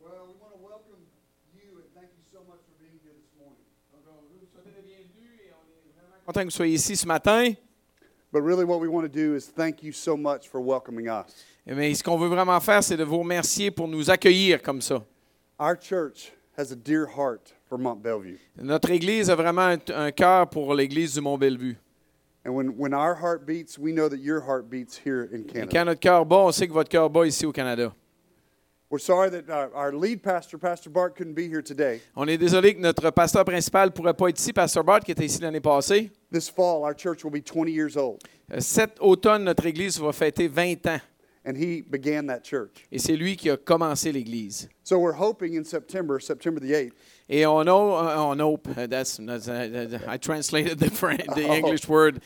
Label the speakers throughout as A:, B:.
A: Well, we want to welcome you and thank you so much for being here this morning.
B: Donc, on veut vous souhaiter la bienvenue et on est vraiment content que vous soyez ici ce matin.
A: But really, what we want to do is thank you so much for welcoming us.
B: Mais Eh ce qu'on veut vraiment faire, c'est de vous remercier pour nous accueillir comme ça.
A: Our church has a dear heart for Mont Bellevue.
B: Notre Église a vraiment un, un cœur pour l'Église du Mont-Bellevue.
A: And when, when our heart beats, we know that your heart beats here in
B: Et
A: Canada.
B: quand notre cœur bat, on sait que votre cœur bat ici au Canada.
A: We're sorry that our, our lead pastor, Pastor Bart, couldn't be here today.
B: On est désolé que notre pasteur principal ne pourrait pas être ici, Pasteur Bart, qui était ici l'année passée.
A: This fall, our church will be 20 years old,
B: Euh, Cet automne, notre Église va fêter 20 ans.
A: and he began that church.
B: Et c'est lui qui a commencé l'Église.
A: So we're hoping in September, September the 8th,
B: Et on a, on hope, that's, that's- I translated the, French, the
A: Oh.
B: English word.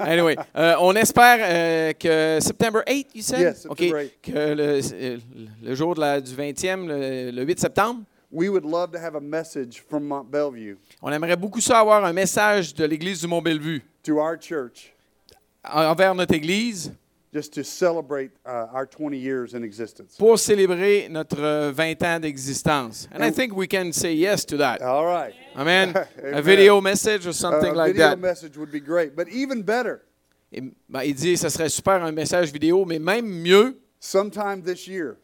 B: Anyway, euh, on espère euh, que September 8, you said?
A: Yes,
B: Ok,
A: September 8.
B: Que le, le jour de la- du 20e, le, le 8 septembre,
A: we would love to have a message from Mont Bellevue
B: on aimerait beaucoup ça avoir un message de l'Église du Mont-Bellevue
A: to our church
B: envers notre Église
A: just to celebrate uh, our 20 years in existence.
B: pour célébrer notre euh, 20 ans d'existence. And I think we can say yes to that.
A: All right.
B: Amen. A
A: Amen.
B: video message or
A: Uh,
B: something
A: a
B: like
A: video
B: that.
A: message would be great, but even better,
B: Et, ben, il dit, ça serait super un message vidéo, mais même mieux,
A: sometime this year,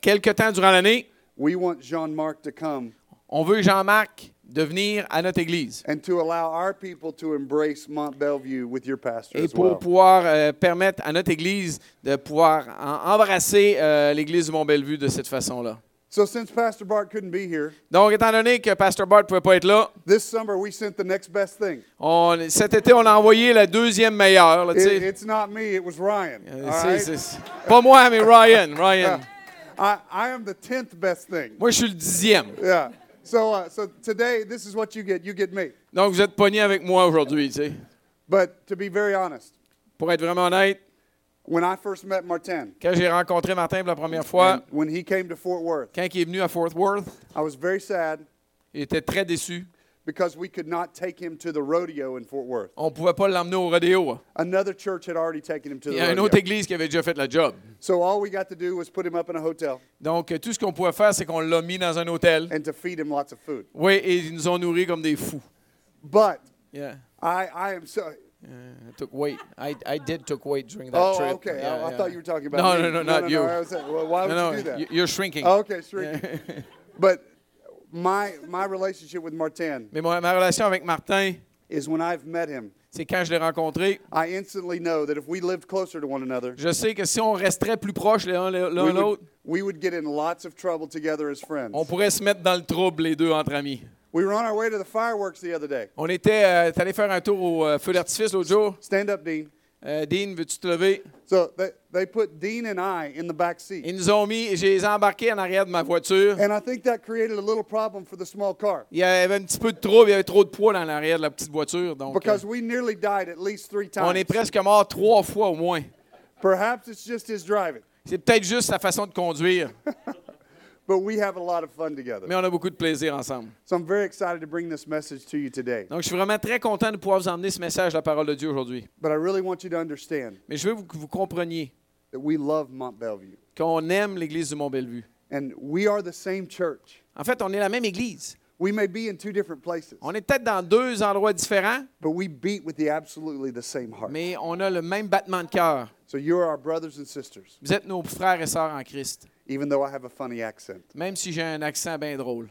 B: quelque temps durant l'année,
A: we want Jean Marc to come
B: on veut Jean-Marc de venir à notre église.
A: and to allow our people to embrace Mont Bellevue with your pastor
B: Et
A: as
B: pour
A: well.
B: pouvoir euh, permettre à notre église de pouvoir en- embrasser euh, l'église du Mont-Bellevue de cette façon-là.
A: So since Pastor Bart couldn't be here,
B: Donc, étant donné que Pasteur Bart ne pouvait pas être là,
A: this summer we sent the next best thing.
B: on, cet été, on a envoyé la deuxième meilleure. là, tu
A: It-
B: sais.
A: it's not me, it was Ryan.
B: Euh,
A: all
B: c'est-
A: right? Ah.
B: c'est- c'est- Pas moi, mais Ryan. Ryan.
A: I, I am the 10th best thing.
B: Moi, je suis le dixième.
A: Yeah. So, uh, so today, this is what you get. You get me.
B: Donc, vous êtes pogné avec moi aujourd'hui. tu sais.
A: But to be very honest,
B: Pour être vraiment honnête,
A: when I first met Martin,
B: Quand j'ai rencontré Martin pour la première
A: and
B: fois,
A: when he came to Fort Worth,
B: quand il est venu à Fort Worth,
A: I was very sad
B: il était très déçu.
A: because we could not take him to the rodeo in Fort Worth.
B: On ne pouvait pas l'emmener au rodéo.
A: Another church had already taken him to
B: Il
A: the
B: y a une
A: rodeo.
B: autre église qui avait déjà fait la job.
A: So all we got to do was put him up in a hotel
B: Donc, euh, tout ce qu'on pouvait faire, c'est qu'on l'a mis dans un hôtel.
A: and to feed him lots of food.
B: Oui, et ils nous ont nourris comme des fous.
A: But
B: Yeah.
A: I, I am so.
B: Uh, I took weight. I, I did took weight during that
A: Oh,
B: trip.
A: okay.
B: Yeah,
A: I, I
B: yeah.
A: thought you were talking about
B: No,
A: me.
B: no, no, not you.
A: I was saying, well, why would
B: No,
A: you do
B: no,
A: that?
B: you- you're shrinking.
A: Oh, okay, sure. but my my relationship with Martin
B: Mais mon- ma relation avec Martin,
A: is when I've met him,
B: c'est quand je l'ai rencontré.
A: I instantly know that if we lived closer to one another,
B: Je sais que si on resterait plus proches l'un l'un
A: we
B: l'autre,
A: would, we would get in lots of trouble together as friends.
B: on pourrait se mettre dans le trouble, les deux, entre amis.
A: We were on our way to the fireworks the other day.
B: On était euh, t'es allé faire un tour au euh, feu d'artifice l'autre jour.
A: Stand up, Dean.
B: Euh, Dean, veux-tu te lever?
A: So they, they put Dean and I in the back seat.
B: Ils nous ont mis, je les ai embarqués en arrière de ma voiture.
A: And I think that created a little problem for the small car
B: Il y avait un petit peu de trouble, il y avait trop de poids dans l'arrière de la petite voiture. Donc,
A: because
B: euh,
A: we nearly died at least three
B: on est
A: times.
B: presque mort trois fois au moins.
A: Perhaps it's just his driving,
B: C'est peut-être juste sa façon de conduire,
A: but we have a lot of fun together.
B: mais on a beaucoup de plaisir ensemble.
A: So I'm very excited to bring this message to you today.
B: Donc, je suis vraiment très content de pouvoir vous emmener ce message de la parole de Dieu aujourd'hui.
A: But I really want you to understand
B: Mais je veux vous- que vous compreniez
A: that we love Mont Bellevue.
B: qu'on aime l'église du Mont-Bellevue.
A: And we are the same church.
B: En fait, on est la même église.
A: We may be in two different places,
B: On est peut-être dans deux endroits différents,
A: but we beat with the absolutely the same heart.
B: mais on a le même battement de cœur.
A: So you're our brothers and sisters,
B: Vous êtes nos frères et sœurs en Christ,
A: even though I have a funny accent.
B: même si j'ai un accent bien drôle.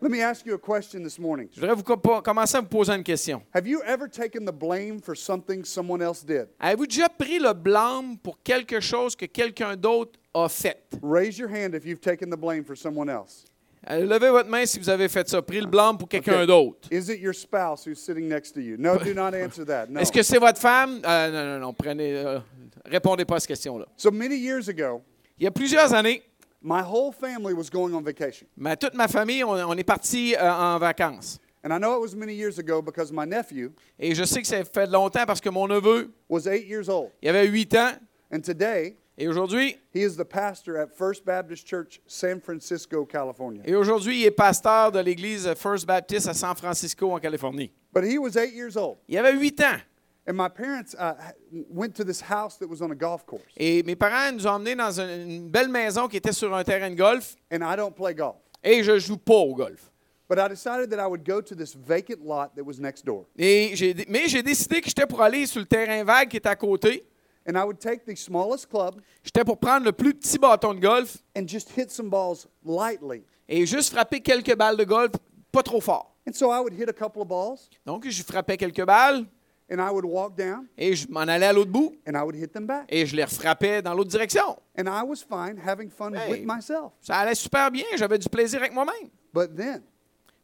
A: Let me ask you a question this morning.
B: Je voudrais vous compo- commencer à vous poser une question.
A: Have you ever taken the blame for something someone else did?
B: Avez-vous déjà pris le blâme pour quelque chose que quelqu'un d'autre a fait?
A: Raise your hand if you've taken the blame for someone else.
B: Euh, Levez votre main si vous avez fait ça, pris le blâme pour quelqu'un
A: Okay.
B: d'autre.
A: Is it your spouse who's sitting next to you? No, do not answer that. No.
B: Est-ce que c'est votre femme? Euh, non, non, non, prenez, euh, répondez pas à cette question-là.
A: So many years ago,
B: Il y a plusieurs années,
A: my whole family was going on vacation.
B: ma- toute ma famille, on, on est parti euh, en vacances.
A: And I know it was many years ago because my nephew
B: Et je sais que ça fait longtemps parce que mon neveu,
A: was eight years old.
B: il avait 8 ans,
A: And today,
B: et aujourd'hui,
A: He is the pastor at First Baptist Church, San Francisco, California.
B: et aujourd'hui, il est pasteur de l'église First Baptist à San Francisco, en Californie.
A: But he was eight years old.
B: Il avait 8 ans.
A: And my parents uh, ha- went to this house that was on a golf course.
B: Et mes parents nous ont emmenés dans une- une belle maison qui était sur un terrain de golf
A: And I don't play golf.
B: et je joue pas au golf.
A: But I decided that I would go to this vacant lot that was next door.
B: Et j'ai dé- mais j'ai décidé que j'étais pour aller sur le terrain vague qui est à côté.
A: And I would take the smallest club
B: J'étais pour prendre le plus petit bâton de golf
A: and just hit some balls lightly.
B: et juste frapper quelques balles de golf, pas trop fort.
A: And so I would hit a couple of balls
B: Donc, je frappais quelques balles
A: and I would walk down
B: et je m'en allais à l'autre bout
A: and I would hit them back.
B: et je les refrappais dans l'autre direction.
A: And I was fine having fun
B: Hey.
A: with myself.
B: Ça allait super bien, j'avais du plaisir avec moi-même.
A: But then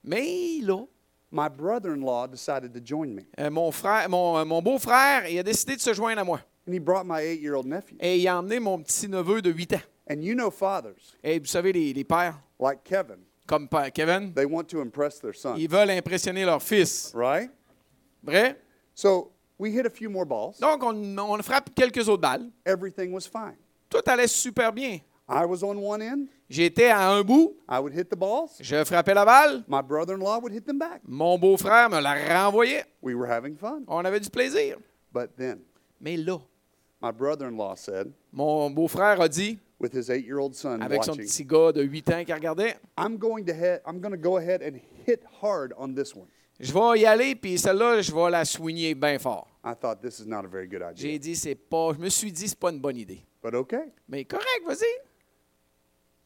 B: Mais là,
A: my brother in law decided to join me.
B: euh, mon, frère, mon, euh, mon beau-frère, il a décidé de se joindre à moi.
A: And he brought my eight year old nephew.
B: Et il a emmené mon petit-neveu de 8 ans.
A: And you know, fathers
B: Et vous savez, les, les pères,
A: like Kevin,
B: comme père Kevin,
A: they want to impress their son,
B: ils veulent impressionner leur fils.
A: right?
B: Vrai?
A: So we hit a few more balls.
B: Donc, on, on frappe quelques autres balles.
A: Everything was fine.
B: Tout allait super bien.
A: I was on one end.
B: J'étais à un bout,
A: I would hit the balls.
B: je frappais la balle,
A: My brother in law would hit them back.
B: mon beau-frère me la renvoyait.
A: We were having fun.
B: On avait du plaisir.
A: But then
B: Mais là,
A: my brother in law said,
B: mon beau-frère a dit,
A: with his eight year old son
B: avec son
A: watching,
B: petit gars de 8 ans qui regardait,
A: I'm going to head, I'm going to go ahead and hit hard on this one.
B: je vais y aller, puis celle-là, je vais la soigner bien fort.
A: I thought this is not a very good idea.
B: J'ai dit, c'est pas, je me suis dit, c'est pas une bonne idée.
A: But okay.
B: Mais correct, vas-y.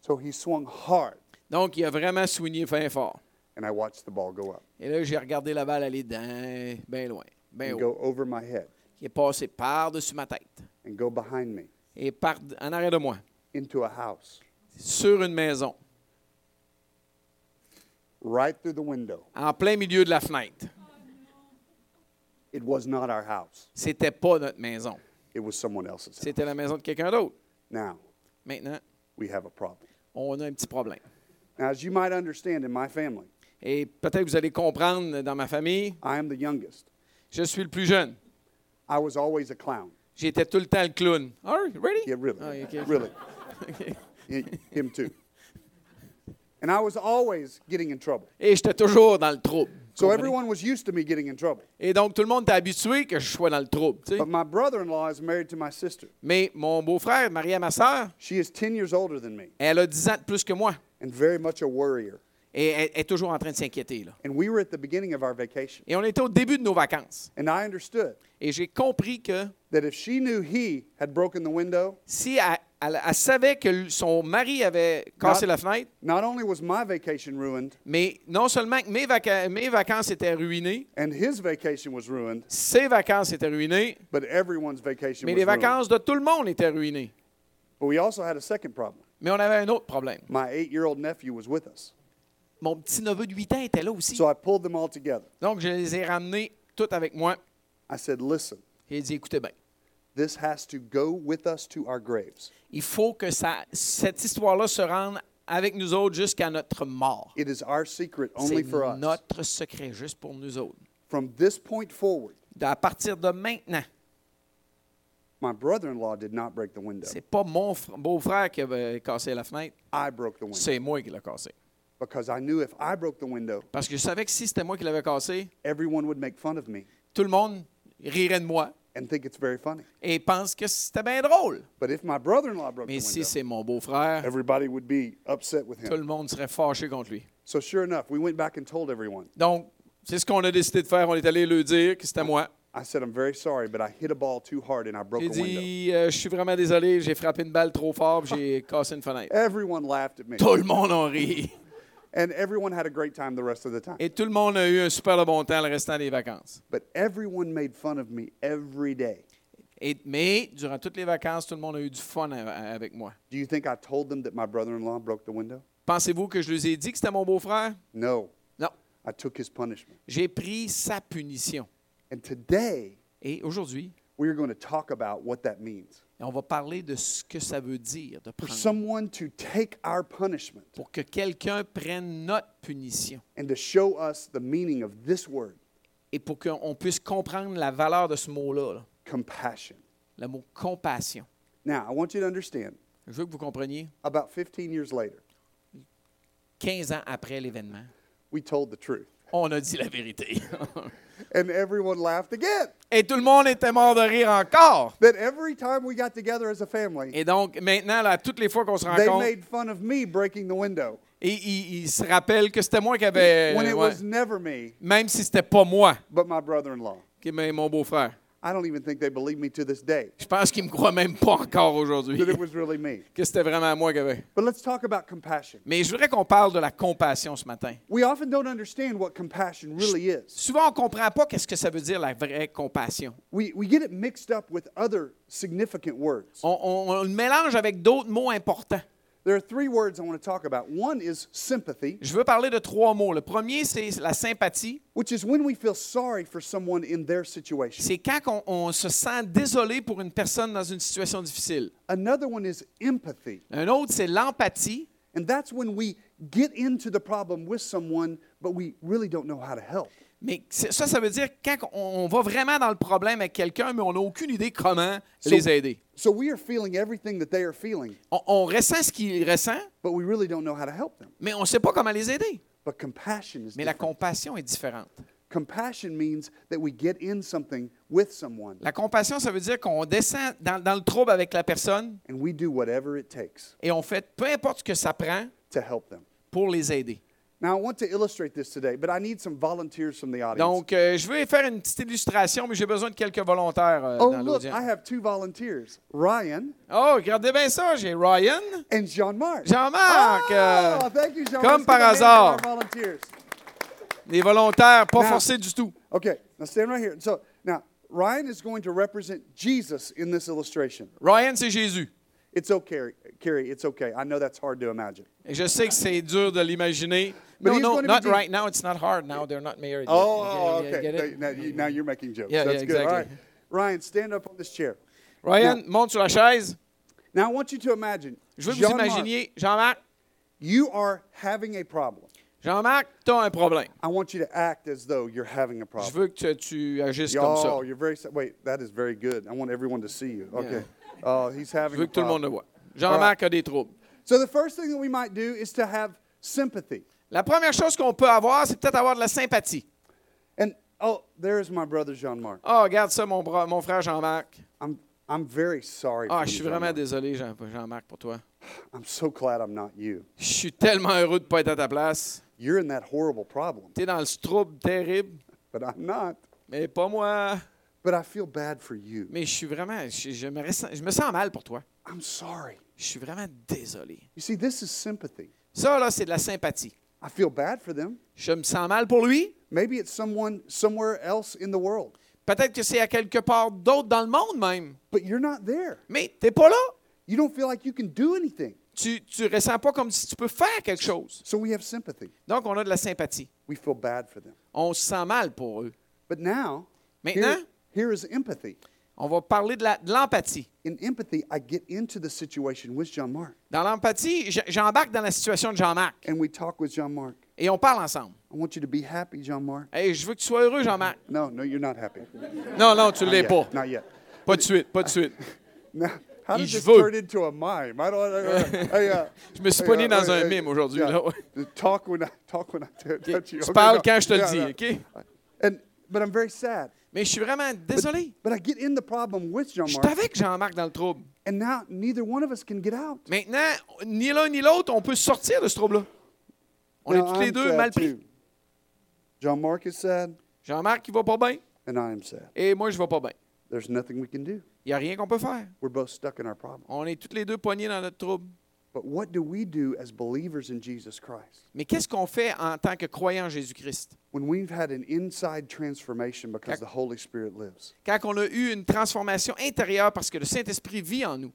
A: So he swung hard
B: Donc, il a vraiment soigné bien fort.
A: and I watched the ball go up
B: Et là, j'ai regardé la balle aller dedans, bien loin, bien
A: and
B: haut.
A: go over my head
B: Il est passé par-dessus ma tête
A: and go behind me
B: et par en arrière de moi,
A: into a house,
B: sur une maison,
A: right through the window.
B: en plein milieu de la fenêtre.
A: It was not our house.
B: C'était pas notre maison.
A: It was someone else's. house.
B: C'était la maison de quelqu'un d'autre.
A: Now
B: Maintenant,
A: we have a problem.
B: on a un petit problème.
A: Now, as you might understand, in my family,
B: Et peut-être vous allez comprendre dans ma famille,
A: I am the youngest.
B: je suis le plus jeune.
A: I was always a clown.
B: J'étais tout le temps le clown. All right, ready?
A: Yeah, really.
B: Ah, ok.
A: Really.
B: Ok.
A: Hi- Him too. And I was always getting in trouble.
B: Et j'étais toujours dans le trouble.
A: So
B: comprenez?
A: everyone was used to me getting in trouble.
B: Et donc, tout le monde était habitué que je sois dans le trouble. tu sais.
A: But my brother in law is married to my sister.
B: Mais mon beau-frère, marié à ma sœur,
A: She is 10 years older than me
B: elle a 10 ans de plus que moi.
A: and very much a worrier.
B: Et elle est toujours en train de s'inquiéter. là.
A: And we were at the beginning of our vacation.
B: Et on était au début de nos vacances.
A: And I understood
B: Et j'ai compris que
A: that if she knew he had broken the window,
B: si elle, elle- elle savait que l- son mari avait cassé
A: Non.
B: la fenêtre,
A: not only was my vacation ruined
B: mais non seulement que mes, vaca- mes vacances étaient ruinées,
A: and his vacation was ruined,
B: ses vacances étaient ruinées,
A: but everyone's vacation
B: mais
A: was
B: les
A: ruined.
B: vacances de tout le monde étaient ruinées.
A: But we also had a second problem.
B: Mais on avait un autre problème.
A: My eight year old nephew was with us.
B: Mon petit-neveu de 8 ans était là aussi.
A: So I pulled them all together.
B: Donc, je les ai ramenés tous avec moi.
A: I said, Listen,
B: Et il dit, écoutez bien,
A: this has to go with us to our graves.
B: il faut que ça, cette histoire-là se rende avec nous autres jusqu'à notre mort.
A: It is our secret only
B: C'est
A: for us.
B: notre secret, juste pour nous autres.
A: From this point forward,
B: À partir de maintenant,
A: my brother in law did not break the window.
B: c'est pas mon fr- beau-frère qui avait cassé la fenêtre,
A: I broke the window
B: c'est moi qui l'ai cassé.
A: because I knew if I broke the window,
B: Parce que je savais que si c'était moi qui l'avais cassé,
A: everyone would make fun of me
B: tout le monde rirait de moi
A: and think it's very funny.
B: et pense que c'était bien drôle.
A: But if my brother in law broke
B: Mais
A: the
B: si
A: window,
B: c'est mon beau-frère,
A: everybody would be upset with
B: tout
A: him.
B: le monde serait fâché contre lui.
A: So, sure enough, we went back and told everyone.
B: Donc, c'est ce qu'on a décidé de faire. On est allé lui dire que c'était moi.
A: I said, I'm very sorry, but I hit a ball too hard and I broke
B: J'ai
A: a window.
B: dit, euh, je suis vraiment désolé, j'ai frappé une balle trop fort, puis j'ai cassé une fenêtre.
A: Everyone laughed at me.
B: Tout le monde en rit.
A: And everyone had a great time the rest of the time.
B: Et tout le monde a eu un super de bon temps le restant des vacances.
A: But everyone made fun of me every day.
B: Et- mais durant toutes les vacances, tout le monde a eu du fun a- a- avec moi.
A: Do you think I told them that my brother in law broke the window?
B: Pensez-vous que je leur ai dit que c'était mon beau-frère?
A: No,
B: Non.
A: I took his punishment.
B: J'ai pris sa punition.
A: And today,
B: Et aujourd'hui,
A: we're going to talk about what that means.
B: on va parler de ce que ça veut dire de
A: For
B: prendre.
A: someone to take our punishment
B: Pour que quelqu'un prenne notre punition
A: and to show us the meaning of this word,
B: et pour qu'on puisse comprendre la valeur de ce mot-là, là.
A: compassion.
B: le mot compassion.
A: Now, I want you to understand
B: Je veux que vous compreniez,
A: about 15 years later,
B: 15 ans après l'événement,
A: we told the truth.
B: on a dit la vérité.
A: And everyone laughed again.
B: Et tout le monde était mort de rire encore.
A: That every time we got together as a family,
B: Et donc, maintenant, là, toutes les fois qu'on se
A: they
B: rencontre,
A: made fun of me breaking the window
B: et, ils, ils se rappellent que c'était moi qui avais.
A: when it
B: ouais.
A: was never me,
B: Même si c'était pas moi,
A: but my brother in law.
B: qui est mon beau-frère.
A: I don't even think they believe me to this day
B: Je pense qu'ils me croient même pas encore aujourd'hui
A: that it was really me.
B: que c'était vraiment moi qui avait.
A: But let's talk about compassion.
B: Mais je voudrais qu'on parle de la compassion ce matin.
A: We often don't understand what compassion really is.
B: Souvent, on ne comprend pas qu'est-ce que ça veut dire la vraie compassion.
A: We, we get it mixed up with other significant words.
B: On, on- on le mélange avec d'autres mots importants.
A: There are three words I want to talk about. One is sympathy,
B: Je veux parler de trois mots. Le premier, c'est la sympathie.
A: which is when we feel sorry for someone in their situation.
B: C'est quand on, on se sent désolé pour une personne dans une situation difficile.
A: Another one is empathy,
B: Un autre, c'est l'empathie.
A: and that's when we get into the problem with someone, but we really don't know how to help.
B: Mais c'est- ça, ça veut dire quand on, on va vraiment dans le problème avec quelqu'un, mais on n'a aucune idée comment
A: So-
B: les aider.
A: So we are feeling everything that they are feeling,
B: On, on ressent ce qu'il ressent,
A: but we really don't know how to help them.
B: mais on ne sait pas comment les aider.
A: But compassion is
B: Mais la
A: different.
B: compassion est différente.
A: Compassion means that we get in something with someone
B: La compassion, ça veut dire qu'on descend dans, dans le trouble avec la personne
A: and we do whatever it takes
B: et on fait peu importe ce que ça prend
A: to help them.
B: pour les aider.
A: Now, I want to illustrate this today, but I need some volunteers from the audience.
B: Donc, euh, je vais faire une petite illustration, mais j'ai besoin de quelques volontaires euh,
A: oh,
B: dans
A: look, I
B: l'audience.
A: have two volunteers Ryan
B: Oh, regardez bien ça, j'ai Ryan.
A: and Jean-Marc.
B: Jean-Marc,
A: Oh,
B: euh,
A: thank you, Jean-Marc.
B: comme
A: Let's
B: par
A: give a hand
B: hasard.
A: to our volunteers.
B: Les volontaires, pas
A: Now-
B: forcés du tout.
A: Okay, now stand right here. So, now, Ryan is going to represent Jesus in this illustration.
B: Ryan, c'est Jésus.
A: It's okay, Carrie, it's okay. I know that's hard to imagine.
B: Et je sais que c'est dur de l'imaginer.
A: But
B: Non,
A: he's
B: non,
A: gonna be
B: not
A: the-
B: right now. It's not hard now. They're not married. yet.
A: Oh,
B: You get- you get
A: okay.
B: it?
A: Now, you, now you're making jokes.
B: Yeah, yeah,
A: That's good. All right.
B: exactly.
A: Ryan, stand up on this chair.
B: Ryan, monte sur la chaise.
A: Now I want you to imagine.
B: Je veux que vous
A: Jean-Marc,
B: imaginiez, Jean-Marc,
A: you are having a problem.
B: Jean-Marc, tu as un problème.
A: I want you to act as though you're having a
B: Je
A: problem.
B: veux que tu, tu agisses comme ça.
A: Oh, you're very. se- Wait, that is very good. I want everyone to see you. Okay. Oh, he's
B: Je
A: having
B: veux
A: a
B: que tout le monde le
A: problem.
B: voit. Jean-Marc a des troubles.
A: So the first thing that we might do is to have sympathy.
B: La première chose qu'on peut avoir, c'est peut-être avoir de la sympathie.
A: And oh, there is my brother Jean-Marc.
B: Ah, regarde ça, mon, bra- mon frère Jean-Marc.
A: I'm I'm very sorry.
B: Ah,
A: for
B: je
A: you,
B: suis vraiment
A: Jean-Marc.
B: désolé, Jean- Jean-Marc, pour toi.
A: I'm so glad I'm not you.
B: Je suis tellement heureux de ne pas être à ta place.
A: You're in that horrible problem,
B: T'es dans le trouble terrible,
A: but I'm not.
B: mais pas moi.
A: But I feel bad for you.
B: Mais je suis vraiment, je, je me, ressens- je me sens mal pour toi.
A: I'm sorry.
B: Je suis vraiment désolé.
A: You see, this is sympathy.
B: Ça, là, c'est de la sympathie.
A: I feel bad for them.
B: Je me sens mal pour lui.
A: Maybe it's someone somewhere else in the world,
B: Peut-être que c'est à quelque part d'autre dans le monde même.
A: but you're not there.
B: Mais t'es pas là.
A: You don't feel like you can do anything.
B: Tu ne ressens pas comme si tu peux faire quelque chose.
A: So we have sympathy.
B: Donc, on a de la sympathie.
A: We feel bad for them.
B: On se sent mal pour eux.
A: But now,
B: Maintenant?
A: here, here is empathy.
B: On va parler de la- de l'empathie.
A: In empathy, I get into the situation with Jean Marc
B: Dans l'empathie, je- j'embarque dans la situation de Jean-Marc
A: and we talk with Jean Marc.
B: et on parle ensemble.
A: I want you to be happy, Jean Marc.
B: Hey, je veux que tu sois heureux, Jean-Marc.
A: No, no, you're not happy.
B: Non, non, tu ne
A: Not
B: l'es
A: yet.
B: pas.
A: Not yet.
B: Pas de suite, pas de suite.
A: Now, how did
B: Il
A: this
B: veut.
A: turn into a mime? I don't. I, I, I, uh,
B: Je me suis
A: I,
B: pogné
A: uh,
B: dans
A: I-
B: un
A: I-
B: mime aujourd'hui,
A: yeah.
B: là, ouais.
A: The Talk when I talk when I t- touch you.
B: Tu
A: Okay,
B: parles
A: no,
B: quand je te le
A: yeah,
B: dis,
A: no.
B: OK?
A: And but I'm very sad.
B: Mais je suis vraiment désolé.
A: But I get in the problem with Jean
B: Je suis
A: Marc,
B: avec Jean-Marc dans le trouble.
A: and now neither one of us can get out.
B: Maintenant, ni l'un ni l'autre, on peut sortir de ce trouble-là. On est
A: Now,
B: tous les
A: I'm
B: deux
A: sad
B: mal pris.
A: too. Jean Marc is sad,
B: Jean-Marc, il va pas bien
A: and I am sad.
B: et moi, je vais pas bien.
A: There's nothing we can do.
B: Il n'y a rien qu'on peut faire.
A: We're both stuck in our problem.
B: On est tous les deux pognés dans notre trouble.
A: But what do we do as believers in Jesus Christ
B: Mais qu'est-ce qu'on fait en tant que croyant en Jésus-Christ?
A: when we've had an inside transformation because the Holy Spirit lives?
B: Quand on a eu une transformation intérieure parce que le Saint-Esprit vit en nous,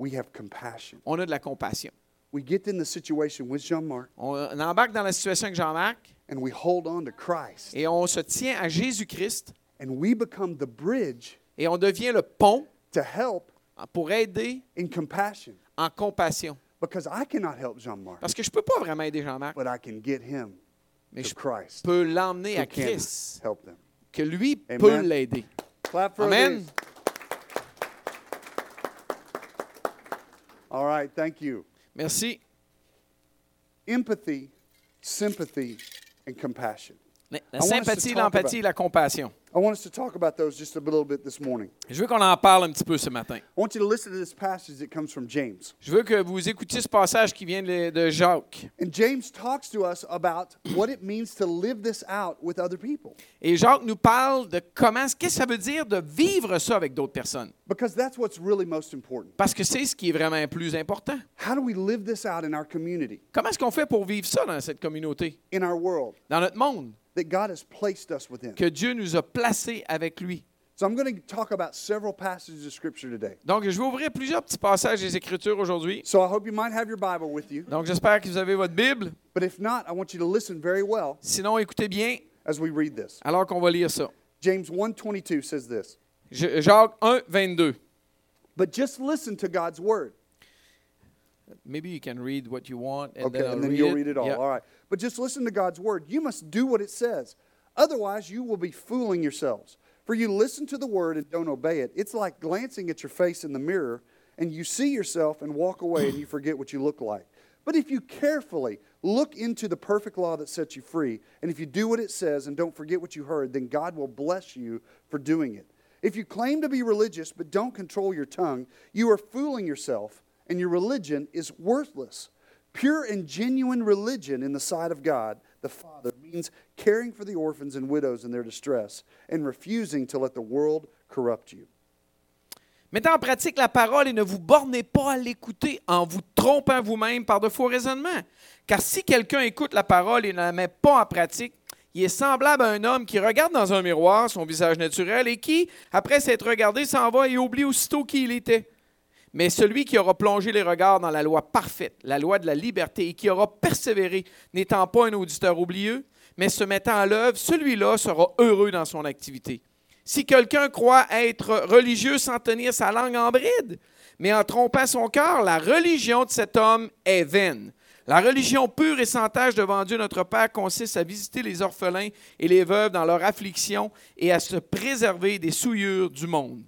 A: We have compassion.
B: on a de la compassion.
A: We get in the situation with Jean Marc
B: On, on embarque dans la situation avec Jean-Marc
A: and we hold on to Christ
B: et on se tient à Jésus-Christ
A: and we become the bridge
B: et on devient le pont
A: to help
B: pour aider
A: in compassion.
B: en compassion.
A: Because I cannot help Jean Marc,
B: Parce que je ne peux pas vraiment aider Jean-Marc,
A: but I can get him
B: mais
A: to
B: je
A: Christ.
B: peux l'emmener
A: who
B: à
A: can
B: Christ,
A: help them.
B: que lui
A: Amen.
B: peut l'aider.
A: Clap for
B: Amen.
A: these. All right, thank you.
B: Merci.
A: Empathy, sympathy, and compassion.
B: La la
A: I want us to
B: sympathie,
A: talk
B: l'empathie et la compassion.
A: I want us to talk about those just a little bit this morning.
B: Je veux qu'on en parle un petit peu ce matin.
A: I want you to listen to this passage that comes from James.
B: Je veux que vous écoutiez ce passage qui vient de de Jacques.
A: And James talks to us about what it means to live this out with other people.
B: Et Jacques nous parle de comment, qu'est-ce que ça veut dire de vivre ça avec d'autres personnes.
A: Because that's what's really most important.
B: Parce que c'est ce qui est vraiment plus important.
A: How do we live this out in our community,
B: Comment est-ce qu'on fait pour vivre ça dans cette communauté,
A: in our world
B: dans notre monde,
A: that God has placed us within?
B: que Dieu nous a placés avec lui?
A: So I'm going to talk about several passages of Scripture today.
B: Donc, je vais ouvrir plusieurs petits passages des Écritures aujourd'hui.
A: So I hope you might have your Bible with you.
B: Donc, j'espère que vous avez votre Bible.
A: But if not, I want you to listen very well
B: Sinon, écoutez bien
A: as we read this.
B: alors qu'on va lire ça.
A: James 1:22 says this.
B: Je- Jacques 1, 22.
A: But just listen to God's word.
B: Maybe you can read what you want and
A: okay,
B: then I'll
A: and then
B: read
A: you'll
B: it.
A: read it all.
B: Yeah.
A: All right. But just listen to God's word. You must do what it says. Otherwise, you will be fooling yourselves. For you listen to the word and don't obey it. It's like glancing at your face in the mirror and you see yourself and walk away and you forget what you look like. But if you carefully look into the perfect law that sets you free, and if you do what it says and don't forget what you heard, then God will bless you for doing it. If you claim to be religious but don't control your tongue, you are fooling yourself, and your religion is worthless. Pure and genuine religion in the sight of God, the Father, means caring for the orphans and widows in their distress and refusing to let the world corrupt you.
B: Mettez en pratique la parole et ne vous bornez pas à l'écouter en vous trompant vous-même par de faux raisonnements. Car si quelqu'un écoute la parole et ne la met pas en pratique, il est semblable à un homme qui regarde dans un miroir son visage naturel et qui, après s'être regardé, s'en va et oublie aussitôt qui il était. Mais celui qui aura plongé les regards dans la loi parfaite, la loi de la liberté, et qui aura persévéré, n'étant pas un auditeur oublieux, mais se mettant à l'œuvre, celui-là sera heureux dans son activité. Si quelqu'un croit être religieux sans tenir sa langue en bride, mais en trompant son cœur, la religion de cet homme est vaine. La religion pure et sans tache devant Dieu notre Père consiste à visiter les orphelins et les veuves dans leur affliction et à se préserver des souillures du monde.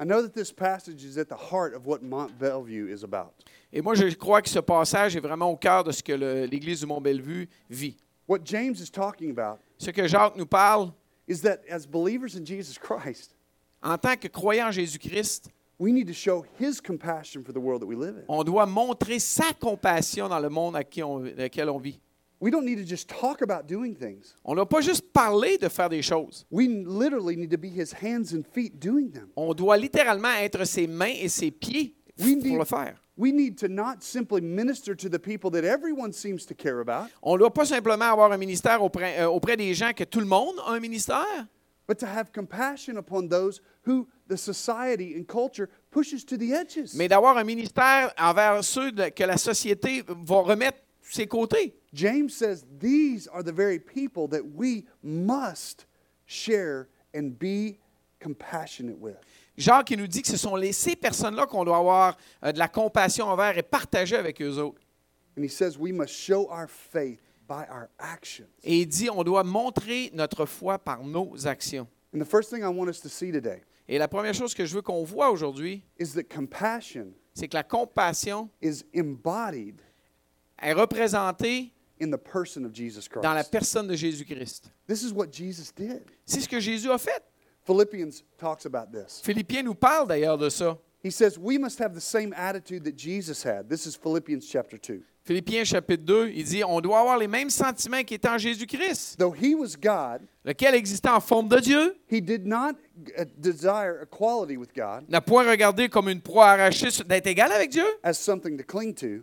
A: I know that this passage is at the heart of what Mont Bellevue is about.
B: Et moi, je crois que ce passage est vraiment au cœur de ce que le- l'Église du Mont-Bellevue vit.
A: What James is talking about
B: Ce que Jacques nous parle,
A: is that as believers in Jesus Christ,
B: en tant que croyant en Jésus-Christ,
A: we need to show his compassion for the world that we live in.
B: on doit montrer sa compassion dans le monde à qui on- lequel on vit.
A: We don't need to just talk about doing things.
B: On n'a pas juste parlé de faire des choses.
A: We literally need to be his hands and feet doing them.
B: On doit littéralement être ses mains et ses pieds
A: We
B: pour
A: need,
B: le faire.
A: we need to not simply minister to the people that everyone seems to care about,
B: On ne doit pas simplement avoir un ministère auprès, euh, auprès des gens que tout le monde a un ministère,
A: but to have compassion upon those who the society and culture pushes to the edges.
B: mais d'avoir un ministère envers ceux de- que la société va remettre sur ses côtés.
A: James says these are the very people that we must share and be compassionate with.
B: Jacques il nous dit que ce sont les- ces personnes-là qu'on doit avoir euh, de la compassion envers et partager avec eux autres.
A: And he says we must show our faith by our actions.
B: Et il dit on doit montrer notre foi par nos actions.
A: And the first thing I want us to see today
B: Et la première chose que je veux qu'on voit aujourd'hui,
A: is that compassion
B: c'est que la compassion
A: is embodied
B: est représentée
A: in the person of Jesus Christ.
B: dans la personne de Jésus-Christ.
A: This is what Jesus did.
B: C'est ce que Jésus a fait.
A: Philippians talks about this.
B: Philippiens nous parle d'ailleurs de ça.
A: He says we must have the same attitude that Jesus had. This is Philippians chapter 2.
B: Philippiens chapitre 2, il dit on doit avoir les mêmes sentiments qu'étant Jésus-Christ,
A: Though he was God,
B: lequel existait en forme de Dieu,
A: he did not uh, desire equality with God
B: n'a point regardé comme une proie arrachée d'être égal avec Dieu.
A: as something to cling to.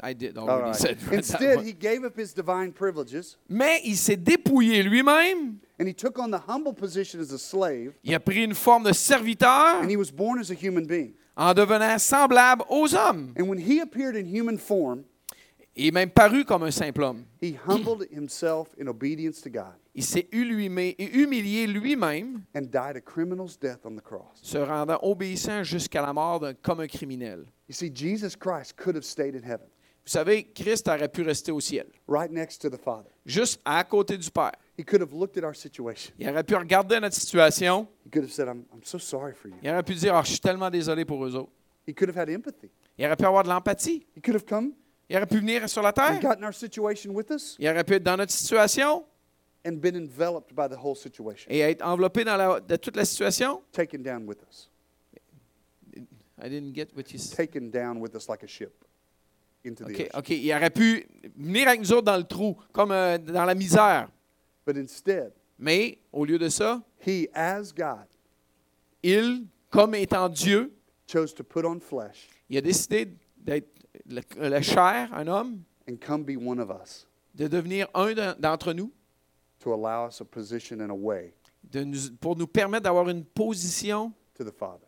B: I did
A: All
B: already
A: right.
B: Oh, said that
A: Instead,
B: one.
A: he gave up his divine privileges
B: Mais il s'est dépouillé lui-même.
A: and he took on the humble position as a slave
B: Il a pris une forme de serviteur
A: and he was born as a human being.
B: en devenant semblable aux hommes.
A: And when he appeared in human form,
B: Il est même paru comme un simple homme.
A: he humbled himself in obedience to God
B: Il s'est humilié humilié lui-même,
A: and died a criminal's death on the cross.
B: se rendant obéissant jusqu'à la mort d'un- comme un criminel.
A: You see, Jesus Christ could have stayed in heaven,
B: Vous savez, Christ aurait pu rester au ciel,
A: right next to the Father.
B: juste à côté du Père.
A: He could have looked at our situation.
B: Il aurait pu regarder notre situation.
A: He could have said, I'm, I'm so sorry for you.
B: Il aurait pu dire Ah, Je suis tellement désolé pour eux autres.
A: He could have had empathy.
B: Il aurait pu avoir de l'empathie.
A: He could have come
B: Il aurait pu venir sur la
A: and
B: terre.
A: gotten our situation with us
B: Il aurait pu être dans notre situation
A: and been enveloped by the whole situation,
B: et être enveloppé dans la- de toute la situation.
A: taken down with us,
B: I didn't get what you said.
A: taken down with us like a ship into the
B: OK,
A: ocean.
B: OK. Il aurait pu venir avec nous autres dans le trou, comme euh, dans la misère.
A: But instead,
B: Mais au lieu de ça,
A: he, as God,
B: il, comme étant Dieu,
A: chose to put on flesh
B: il a décidé d'être la, la chair, un homme,
A: and come be one of us
B: de devenir un d'en- d'entre nous,
A: to allow us a position and a way
B: de nous- pour nous permettre d'avoir une position
A: to the Father.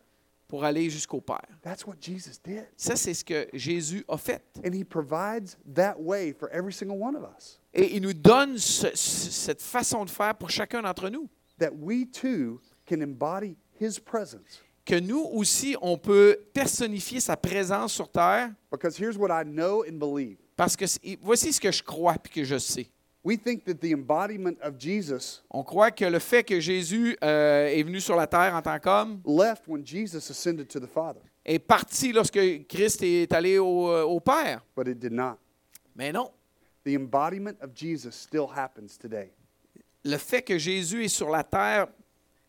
B: pour aller jusqu'au Père.
A: That's what Jesus did.
B: Ça, c'est ce que Jésus a fait.
A: And he provides that way for every single one of us.
B: Et il nous donne ce- ce- cette façon de faire pour chacun d'entre nous.
A: That we too can embody his presence.
B: Que nous aussi, on peut personnifier sa présence sur terre
A: Because here's what I know and believe
B: parce que c'est- voici ce que je crois et que je sais.
A: we think that the embodiment of Jesus
B: On croit que le fait que Jésus euh, est venu sur la terre en tant qu'homme
A: left when Jesus ascended to the Father,
B: est parti lorsque Christ est allé au, euh, au Père.
A: but it did not.
B: Mais non.
A: The embodiment of Jesus still happens today.
B: Le fait que Jésus est sur la terre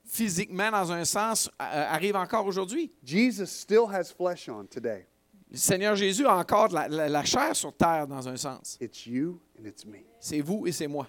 B: physiquement, dans un sens, euh, arrive encore aujourd'hui.
A: Jesus still has flesh on today.
B: Le Seigneur Jésus a encore de la- la- la chair sur terre, dans un sens.
A: It's you and it's me.
B: C'est vous et c'est moi.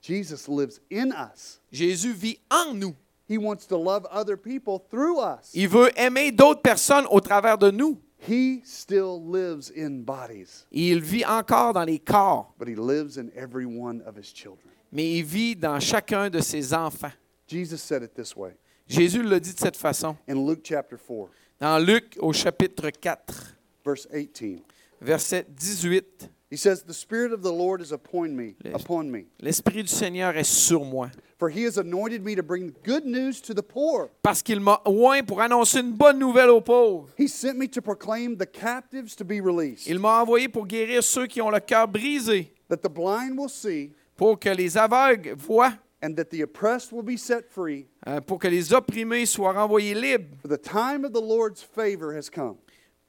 A: Jesus lives in us.
B: Jésus vit en nous.
A: He wants to love other people through us.
B: Il veut aimer d'autres personnes au travers de nous.
A: He still lives in bodies,
B: Il vit encore dans les corps,
A: but he lives in every one of his children.
B: mais il vit dans chacun de ses enfants.
A: Jesus said it this way
B: Jésus le dit de cette façon.
A: in Luke chapter 4,
B: Dans Luc au chapitre 4,
A: verse 18.
B: verset 18,
A: He says, The Spirit of the Lord is upon me,
B: Yes.
A: upon me,
B: l'Esprit du Seigneur est sur moi,
A: for he has anointed me to bring good news to the poor.
B: parce qu'il m'a oint pour annoncer une bonne nouvelle aux pauvres.
A: He sent me to proclaim the captives to be released,
B: Il m'a envoyé pour guérir ceux qui ont le cœur brisé,
A: that the blind will see,
B: pour que les aveugles voient,
A: and that the oppressed will be set free,
B: euh, pour que les opprimés soient renvoyés libres,
A: for the time of the Lord's favor has come.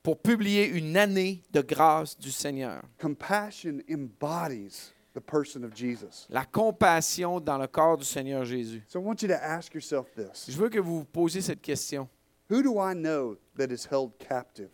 B: pour publier une année de grâce du Seigneur.
A: Compassion embodies the person of Jesus.
B: La compassion dans le corps du Seigneur Jésus.
A: So I want you to ask yourself this
B: Je veux que vous vous posiez cette question.
A: Who do I know that is held captive?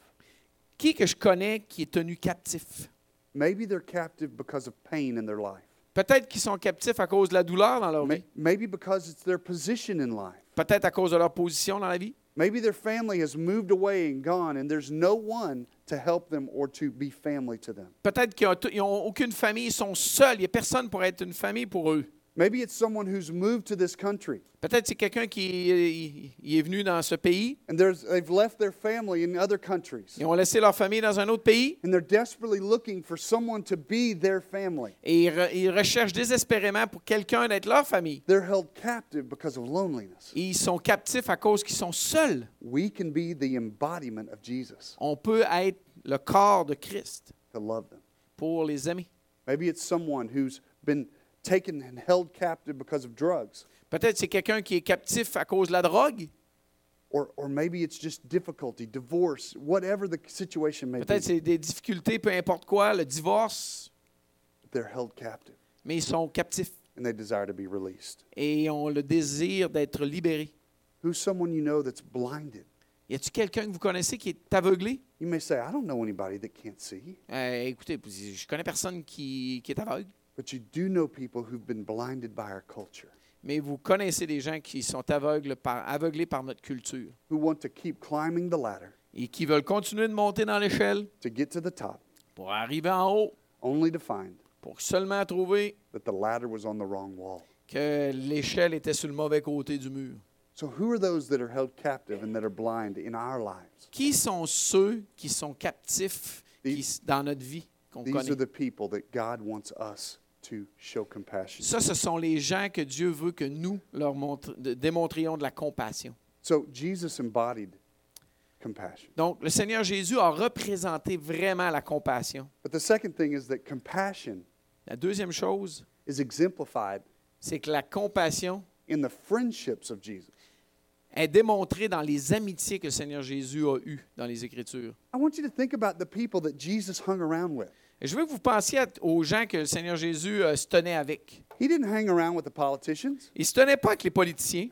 B: Qui que je connais qui est tenu captif?
A: Maybe they're captive because of pain in their life.
B: Peut-être qu'ils sont captifs à cause de la douleur dans leur
A: Ma-
B: vie.
A: Maybe because it's their position in life.
B: Peut-être à cause de leur position dans la vie.
A: Maybe their family has moved away and gone, and there's no one to help them or to be family to them.
B: Peut-être qu'ils n'ont aucune famille, ils sont seuls. Il n'y a personne pour être une famille pour eux.
A: Maybe it's someone who's moved to this country
B: Peut-être c'est quelqu'un qui est- il est venu dans ce pays.
A: and there's, they've left their family in other countries,
B: Ils ont laissé leur famille dans un autre pays
A: and they're desperately looking for someone to be their family.
B: et ils, re- ils recherchent désespérément pour quelqu'un d'être leur famille.
A: They're held captive because of loneliness.
B: Et ils sont captifs à cause qu'ils sont seuls.
A: We can be the embodiment of Jesus
B: On peut être le corps de Christ
A: to love them.
B: pour les amis.
A: Maybe it's someone who's been taken and held captive because of drugs,
B: Peut-être c'est quelqu'un qui est captif à cause de la drogue.
A: or, or maybe it's just difficulty, divorce, whatever the situation may be.
B: Peut-être c'est des difficultés, peu importe quoi, le divorce.
A: They're held captive
B: Mais ils sont captifs
A: and they desire to be released.
B: et ont le désir d'être libérés.
A: Who's someone you know that's blinded?
B: Y a-t-il quelqu'un que vous connaissez qui est aveuglé?
A: You may say, I don't know anybody that can't see,
B: Euh, écoutez, je connais personne qui, qui est aveugle,
A: but you do know people who've been blinded by our culture,
B: mais vous connaissez des gens qui sont aveugles par, aveuglés par notre culture
A: who want to keep climbing the ladder
B: et qui veulent continuer de monter dans l'échelle
A: to get to the top,
B: pour arriver en haut,
A: only to find
B: pour seulement trouver
A: that the ladder was on the wrong wall.
B: que l'échelle était sur le mauvais côté du mur.
A: So, who are those that are held captive and that are blind in our lives?
B: Qui sont ceux qui sont captifs qui s- dans notre vie qu'on
A: These
B: connaît?
A: are the people that God wants us to show compassion.
B: Ça, ce sont les gens que Dieu veut que nous leur montre- de- démontrions de la compassion.
A: So, Jesus embodied compassion.
B: Donc, le Seigneur Jésus a représenté vraiment la compassion.
A: But the second thing is that compassion
B: La deuxième chose,
A: is exemplified
B: c'est que la compassion
A: in the friendships of Jesus.
B: est démontrée dans les amitiés que le Seigneur Jésus a eues dans les Écritures.
A: I want you to think about the people that Jesus hung around with.
B: Et je veux que vous pensiez à- aux gens que le Seigneur Jésus euh, se tenait avec.
A: He didn't hang around with the politicians.
B: Il ne se tenait pas avec les politiciens.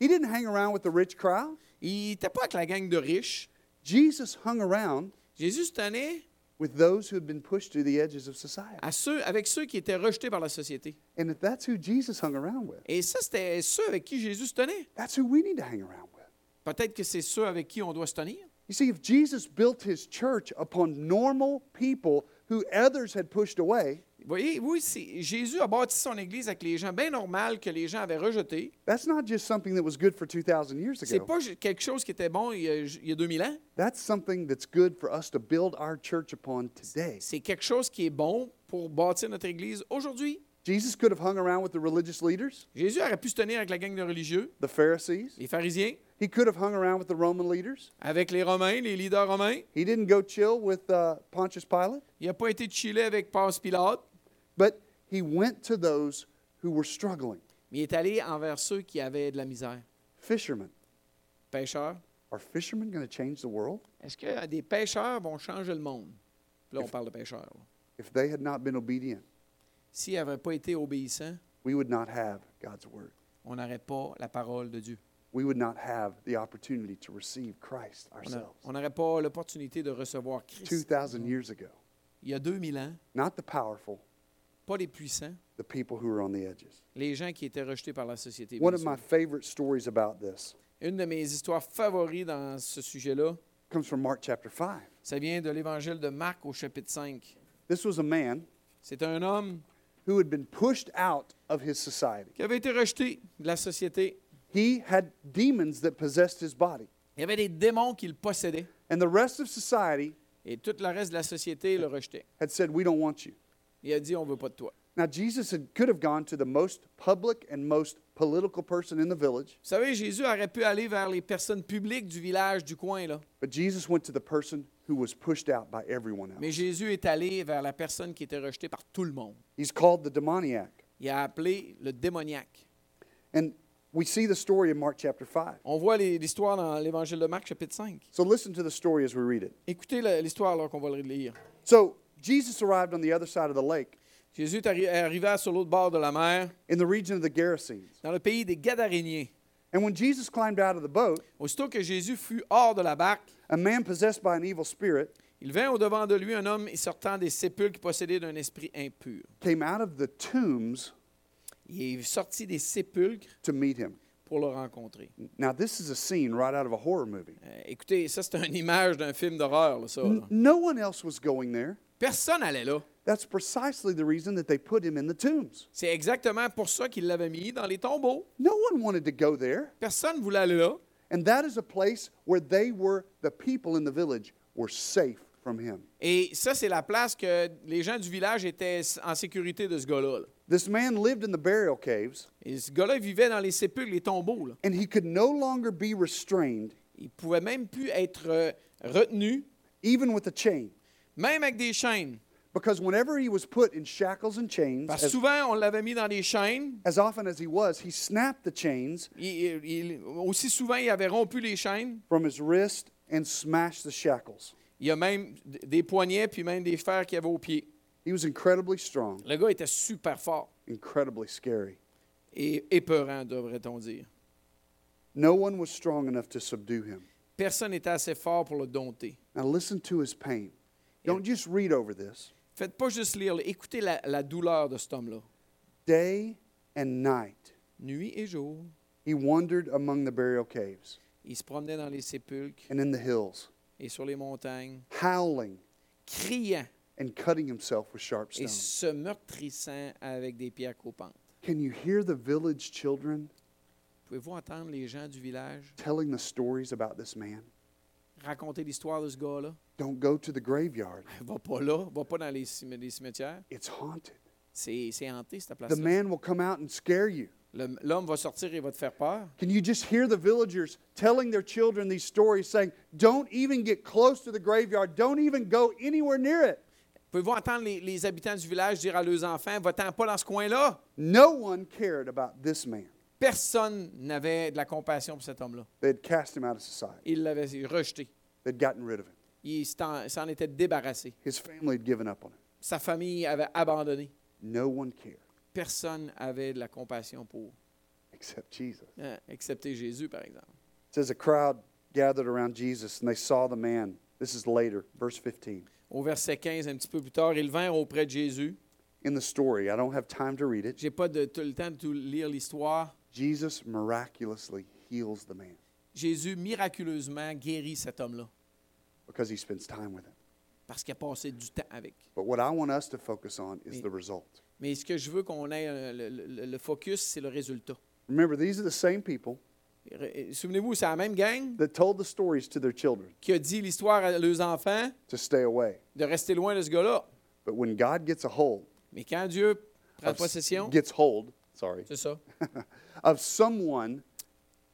A: He didn't hang around with the rich crowd.
B: Il n'était pas avec la gang de riches.
A: Jesus hung around
B: Jésus se tenait
A: with those who had been pushed to the edges of society.
B: à ceux, avec ceux qui étaient rejetés par la société.
A: And if that's who Jesus hung around with,
B: Et ça, c'était ceux avec qui Jésus se tenait.
A: that's who we need to hang around with.
B: Peut-être que c'est ceux avec qui on doit se tenir.
A: You see, if Jesus built his church upon normal people who others had pushed away,
B: Vous voyez, oui, c'est- Jésus a bâti son Église avec les gens bien normaux que les gens avaient rejetés.
A: that's not just something that was good for 2,000 years
B: C'est
A: ago.
B: pas ju- quelque chose qui était bon il y a, il y a 2000 ans.
A: That's something that's good for us to build our church upon today.
B: C'est quelque chose qui est bon pour bâtir notre Église aujourd'hui.
A: Jesus could have hung around with the religious leaders,
B: Jésus aurait pu se tenir avec la gang de religieux,
A: the Pharisees.
B: les pharisiens,
A: He could have hung around with the Roman leaders.
B: avec les Romains, les leaders romains.
A: He didn't go chill with uh, Pontius Pilate,
B: Il n'a pas été chillé avec Ponce Pilate,
A: but he went to those who were struggling
B: mais il est allé envers ceux qui avaient de la misère.
A: fishermen.
B: Pêcheurs.
A: Are fishermen going to change the world?
B: Est-ce que euh, des pêcheurs vont changer le monde? Là, on parle de pêcheurs. là.
A: If they had not been obedient,
B: S'ils n'avaient pas été obéissants,
A: we would not have God's word.
B: on n'aurait pas la parole de Dieu.
A: We would not have the opportunity to receive Christ
B: On a-
A: ourselves
B: On n'aurait pas l'opportunité de recevoir Christ.
A: 2,000 years ago.
B: Il y a 2000 ans,
A: Not the powerful,
B: pas les puissants,
A: the people who are on the edges.
B: les gens qui étaient rejetés par la société. bien
A: One of my
B: sûr.
A: favorite stories about this
B: Une de mes histoires favorites dans ce sujet-là,
A: comes from Mark chapter 5.
B: ça vient de l'évangile de Marc au chapitre 5.
A: This was a man
B: C'est un homme
A: who had been pushed out of his society.
B: qui avait été rejeté de la société.
A: He had demons that possessed his body,
B: Il y avait des démons qui le possédaient
A: and the rest of society
B: et tout le reste de la société le rejetait.
A: had said, We don't want you.
B: Il a dit On veut pas de toi.
A: Now, Jesus had, could have gone to the most public and most political person in the village,
B: Vous savez, Jésus aurait pu aller vers les personnes publiques du village, du coin, là.
A: but Jesus went to the person who was pushed out by everyone else.
B: Mais Jésus est allé vers la personne qui était rejetée par tout le monde.
A: He's called the demoniac.
B: Il a appelé le démoniaque.
A: And we see the story in Mark chapter 5.
B: On voit les- l'histoire dans l'Évangile de Marc, chapitre 5.
A: So listen to the story as we read it.
B: Écoutez la- l'histoire alors qu'on va le lire.
A: So Jesus arrived on the other side of the lake
B: Jésus est arri- est arrivé sur l'autre bord de la mer,
A: in the region of the Gerasenes.
B: dans le pays des Gadaréniens.
A: And when Jesus climbed out of the boat,
B: Aussitôt que Jésus fut hors de la barque,
A: a man possessed by an evil spirit
B: il vint au-devant de lui un homme sortant des sépulcres possédé d'un esprit impur.
A: came out of the tombs
B: Il est sorti des sépulcres
A: to meet him.
B: pour le rencontrer.
A: Now, this is a scene right out of a horror movie.
B: Euh, écoutez, ça c'est une image d'un film d'horreur, là, ça. là.
A: N- no one else was going there.
B: Personne allait là.
A: That's precisely the reason that they put him in the tombs.
B: C'est exactement pour ça qu'il l'avait mis dans les tombeaux.
A: No one wanted to go there.
B: Personne voulait aller là.
A: And that is a place where they were, the people in the village were safe from him.
B: Et ça, c'est la place que les gens du village étaient en sécurité de ce gars-là. là.
A: This man lived in the burial caves,
B: Et ce gars-là il vivait dans les sépulcres, les tombeaux. là.
A: and he could no longer be restrained,
B: Il pouvait même plus être euh, retenu,
A: even with a chain.
B: même avec des chaînes.
A: Because whenever he was put in shackles and chains,
B: Parce que
A: as,
B: souvent, on l'avait mis dans des chaînes.
A: as often as he was, he snapped the chains
B: Il- il- il- aussi souvent, il avait rompu les chaînes.
A: from his wrist and smashed the shackles.
B: Il y a même d- des poignets, puis même des fers qu'il avait aux pieds.
A: He was incredibly strong,
B: Le gars était super fort
A: incredibly scary.
B: et épeurant, devrait-on dire.
A: No one was strong enough to subdue him.
B: Personne n'était assez fort pour le dompter.
A: Now listen to his pain. Don't just read over this.
B: Faites pas juste lire, là. écoutez la, la douleur de cet homme-là.
A: Day and night,
B: Nuit et jour,
A: he wandered among the burial caves
B: il se promenait dans les sépulcres
A: and in the hills,
B: et sur les montagnes,
A: howling
B: criant
A: and cutting himself with sharp
B: et
A: stones.
B: se meurtrissant avec des pierres coupantes.
A: Can you hear the village children
B: Pouvez-vous entendre les gens du village
A: telling the stories about this man?
B: raconter l'histoire de ce gars-là?
A: Don't go to the graveyard.
B: Va pas là, va pas dans les, cim- les cimetières.
A: It's haunted.
B: C'est c'est hanté, cette
A: The
B: place-là.
A: man will come out and scare you.
B: Le- L'homme va sortir et va te faire peur.
A: Can you just hear the villagers telling their children these stories saying, "Don't even get close to the graveyard. Don't even go anywhere near it."
B: Pouvez-vous entendre les, les habitants du village dire à leurs enfants, va-t'en pas dans ce coin-là?
A: No one cared about this man.
B: Personne n'avait de la compassion pour cet homme-là.
A: They'd cast him out of society,
B: Il l'avait rejeté.
A: they'd gotten rid of him.
B: Il s'en s'en était débarrassé.
A: His family had given up on him.
B: Sa famille avait abandonné.
A: No one cared
B: Personne avait de la compassion pour,
A: except Jesus.
B: euh, excepté Jésus, par exemple.
A: It says a crowd gathered around Jesus and they saw the man. This is later, verse 15.
B: Au verset 15, un petit peu plus tard, ils vinrent auprès de Jésus.
A: In the story, I don't have time to read it.
B: J'ai pas de, tout le temps de tout lire l'histoire.
A: Jesus miraculously heals the man
B: Jésus miraculeusement guérit cet homme-là
A: because he spends time with him.
B: parce qu'il a passé du temps avec.
A: But what I want us to focus on is
B: Me-
A: the result.
B: Mais ce que je veux qu'on ait euh, le, le- le focus, c'est le résultat.
A: Remember, these are the same people
B: Re- Souvenez-vous, c'est la même gang
A: that told the stories to their children
B: qui a dit l'histoire à leurs enfants
A: to stay away.
B: de rester loin de ce gars-là.
A: But when God gets a hold,
B: Mais quand Dieu prend
A: of-
B: possession,
A: gets hold, sorry,
B: c'est ça,
A: of someone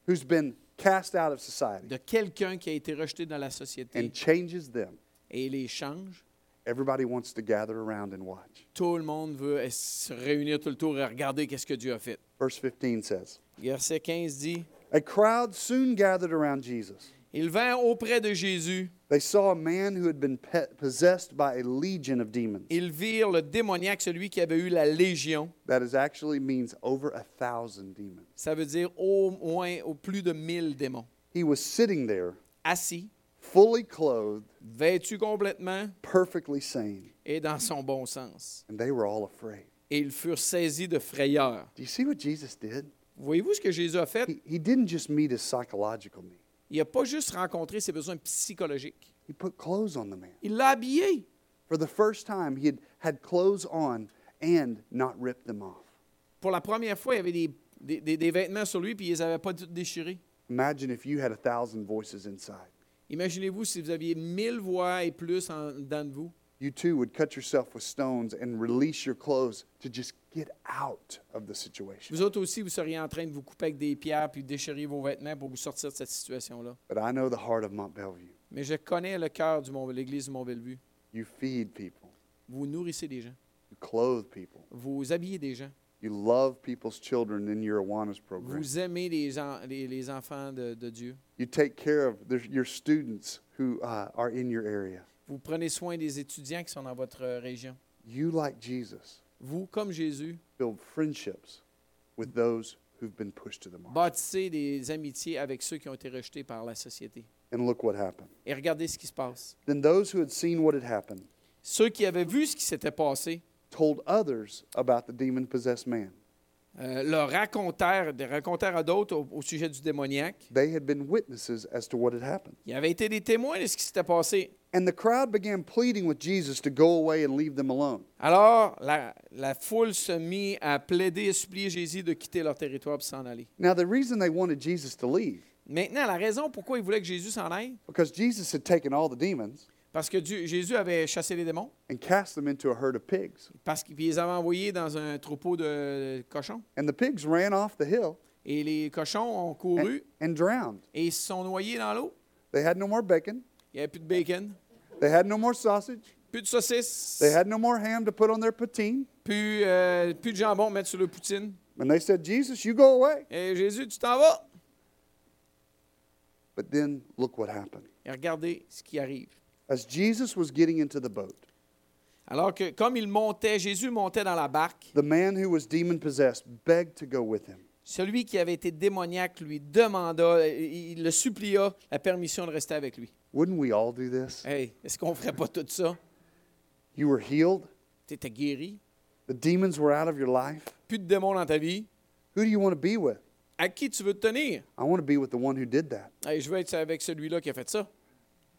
A: who's been cast out of society
B: de quelqu'un qui a été rejeté dans la société
A: and changes them,
B: et les change,
A: everybody wants to gather around and watch.
B: tout le monde veut eh, se réunir tout le tour et regarder qu'est-ce que Dieu a fait.
A: Verse 15 says,
B: Verset 15 dit
A: A crowd soon gathered around Jesus.
B: Ils vinrent auprès de Jésus,
A: They saw a man who had been pe- possessed by a legion of demons.
B: ils virent le démoniaque, celui qui avait eu la légion.
A: That is actually means over a thousand demons.
B: Ça veut dire au moins au plus de mille démons.
A: He was sitting there,
B: Assis,
A: fully clothed,
B: vêtu complètement
A: perfectly sane,
B: et dans son bon sens.
A: and they were all afraid.
B: Et ils furent saisis de frayeur.
A: Do you see what Jesus did?
B: Voyez-vous ce que Jésus a fait?
A: He, he didn't just meet his psychological need,
B: Il n'a pas juste rencontré ses besoins psychologiques.
A: he put clothes on the man.
B: Il l'a habillé.
A: For the first time, he had had clothes on and not ripped them off.
B: Pour la première fois, il avait des, des- des- des vêtements sur lui puis il les avait pas tous déchirés.
A: Imagine if you had a thousand voices inside.
B: Imaginez-vous si vous aviez mille voix et plus en dedans de vous.
A: You too would cut yourself with stones and release your clothes to just get out of the situation.
B: Vous autres aussi, vous seriez en train de vous couper avec des pierres puis déchirer vos vêtements pour vous sortir de cette situation-là.
A: But I know the heart of Mount Bellevue.
B: Mais je connais le cœur de mon- l'Église du Mont-Bellevue.
A: You feed people,
B: Vous nourrissez des gens.
A: you clothe people,
B: Vous habillez des gens.
A: you love people's children in your Awanas program.
B: Vous aimez les, en- les- les enfants de, de Dieu.
A: You take care of the, your students who uh, are in your area.
B: Vous prenez soin des étudiants qui sont dans votre euh, région.
A: You, like Jesus,
B: Vous, comme Jésus,
A: build friendships with those who've been pushed to the mark.
B: bâtissez des amitiés avec ceux qui ont été rejetés par la société.
A: And look what happened.
B: Et regardez ce qui se passe.
A: Then those who had seen what had happened
B: Ceux qui avaient vu ce qui s'était passé
A: told others about the demon possessed man.
B: euh, leur racontèrent, des- racontèrent à d'autres au, au sujet du démoniaque.
A: They had been witnesses as to what had happened.
B: Ils avaient été des témoins de ce qui s'était passé.
A: And the crowd began pleading with Jesus to go away and leave them alone.
B: Alors, la, la foule se mit à plaider et supplier Jésus de quitter leur territoire et s'en aller.
A: Now, the reason they wanted Jesus to leave,
B: Maintenant, la raison pourquoi ils voulaient que Jésus s'en aille,
A: because Jesus had taken all the demons
B: parce que Dieu- Jésus avait chassé les démons,
A: and cast them into a herd of pigs.
B: parce qu'ils les avait envoyés dans un troupeau de cochons.
A: And the pigs ran off the hill
B: Et les cochons ont
A: and,
B: couru
A: and drowned.
B: et ils se sont noyés dans l'eau.
A: They had no more bacon.
B: Il n'y avait plus de bacon,
A: They had no more sausage.
B: plus de saucisses,
A: They had no more ham to put on their poutine.
B: plus, euh, plus de jambon à mettre sur le poutine.
A: And they said, Jesus, you go away.
B: Et Jésus, tu t'en vas.
A: But then look what happened.
B: Et regardez ce qui arrive.
A: As Jesus was getting into the boat,
B: Alors que, comme il montait, Jésus montait dans la barque,
A: the man who was demon possessed begged to go with him.
B: celui qui avait été démoniaque lui demanda, il il le supplia la permission de rester avec lui.
A: Wouldn't we all do this?
B: Hey, est-ce qu'on ferait pas tout ça?
A: You were healed,
B: Tu étais guéri,
A: the demons were out of your life.
B: plus de démons dans ta vie.
A: Who do you want to be with?
B: À qui tu veux te tenir?
A: I want to be with the one who did that.
B: Hey, je veux être avec celui-là qui a fait ça.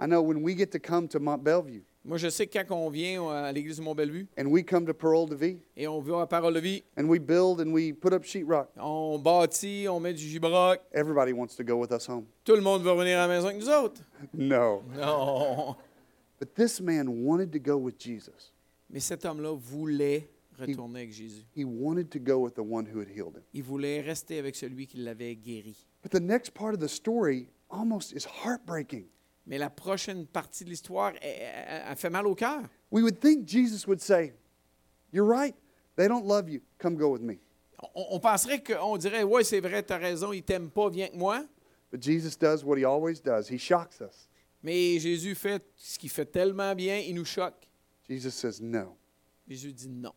A: I know when we get to come to Mont Bellevue
B: Moi, je sais que quand on vient à l'église du Mont-Bellevue
A: and we come to Parole de Vie
B: et on va à Parole de vie,
A: and we build and we put up sheetrock,
B: on bâtit, on met du gibroc,
A: everybody wants to go with us home.
B: tout le monde veut revenir à la maison avec nous autres.
A: No.
B: Non!
A: But this man wanted to go with Jesus.
B: Mais cet homme-là voulait retourner avec Jésus.
A: He wanted to go with the one who had healed him.
B: Il voulait rester avec celui qui l'avait guéri.
A: But the next part of the story almost is heartbreaking.
B: Mais la prochaine partie de l'histoire, elle, elle- elle fait mal au cœur.
A: We would think Jesus would say, You're right. They don't love you. Come go with me.
B: On, on penserait qu'on dirait, ouais, c'est vrai, tu as raison, il t'aime pas, viens que moi.
A: But Jesus does what he always does he shocks us.
B: Mais Jésus fait ce qu'il fait tellement bien, il nous choque.
A: Jesus says, No,
B: Jésus dit non.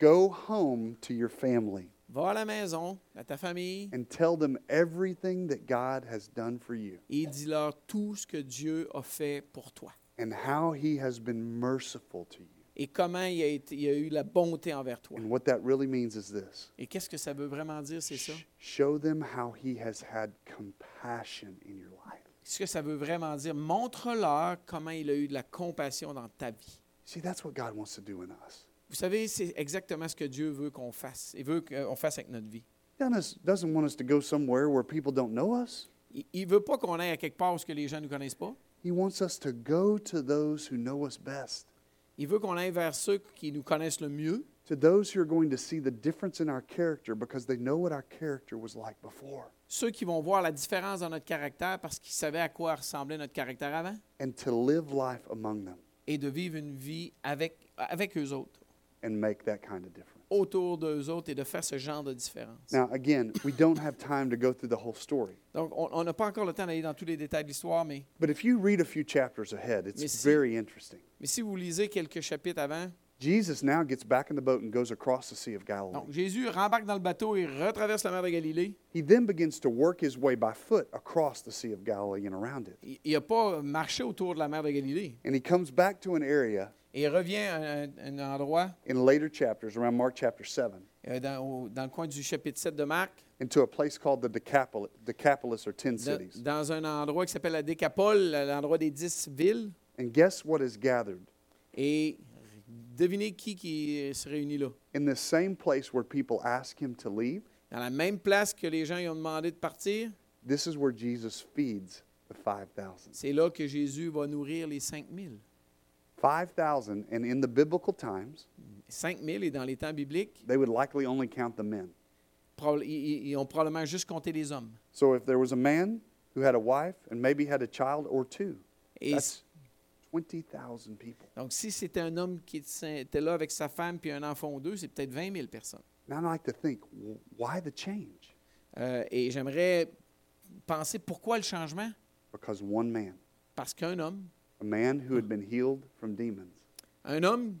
A: go home to your family
B: Va à la maison, à ta famille,
A: and tell them everything that God has done for you
B: et dis-leur tout ce que Dieu a fait pour toi
A: and how he has been merciful to you.
B: et comment il a, été- il a eu la bonté envers toi.
A: And what that really means is this
B: Et qu'est-ce que ça veut vraiment dire, c'est ça?
A: Sh- show them how he has had compassion in your life.
B: Ce que ça veut vraiment dire, montre-leur comment il a eu de la compassion dans ta vie.
A: See, that's what God wants to do in us.
B: Vous savez, c'est exactement ce que Dieu veut qu'on fasse. Il veut qu'on fasse avec notre vie.
A: He doesn't us- doesn't want us to go somewhere where people don't know us.
B: Il ne veut pas qu'on aille à quelque part où ce que les gens ne connaissent pas.
A: He wants us to go to those who know us best,
B: Il veut qu'on aille vers ceux qui nous connaissent le mieux,
A: to those who are going to see the difference in our character because they know what our character was like before,
B: ceux qui vont voir la différence dans notre caractère parce qu'ils savaient à quoi ressemblait notre caractère avant,
A: and to live life among them
B: et de vivre une vie avec, avec eux autres,
A: and make that kind of difference.
B: autour d'eux autres, et de faire ce genre de différence.
A: Now, again, we don't have time to go through the whole story,
B: Donc, on on n'a pas encore le temps d'aller dans tous les détails de l'histoire, mais,
A: but if you read a few chapters ahead,
B: Mais
A: it's
B: si-
A: very interesting.
B: mais si vous lisez quelques chapitres avant,
A: Jesus now gets back in the boat and goes across the Sea of
B: donc
A: Galilee.
B: Jésus rembarque dans le bateau et retraverse la mer de Galilée.
A: He then begins to work his way by foot across the Sea of Galilee and around it.
B: Il n'a pas marché autour de la mer de Galilée.
A: And he comes back to an area
B: Et il revient à un, un endroit
A: in later chapters, around Mark chapter 7,
B: euh, dans, au- dans le coin du chapitre 7 de Marc,
A: into a place called the Decapol- Decapolis or Ten
B: dans,
A: Cities.
B: dans un endroit qui s'appelle la Décapole, l'endroit des dix villes.
A: And guess what is gathered
B: Et devinez qui qui euh, se réunit là.
A: in the same place where people ask him to leave?
B: Dans la même place que les gens y ont demandé de partir,
A: This is where Jesus feeds the 5,000.
B: c'est là que Jésus va nourrir les 5000.
A: 5,000, and in the biblical times,
B: 5000 et dans les temps bibliques,
A: they would likely only count the men.
B: probable- ils- ils ils ont probablement juste compté les hommes.
A: So if there was a man who had a wife and maybe had a child or two,
B: Et
A: that's 20,000 people.
B: Donc, si c'était un homme qui était là avec sa femme puis un enfant ou deux, c'est peut-être 20 000 personnes.
A: Now I like to think, w- why the change?
B: Euh, et j'aimerais penser pourquoi le changement?
A: Because one man,
B: Parce qu'un homme,
A: a man who had been healed from demons,
B: un homme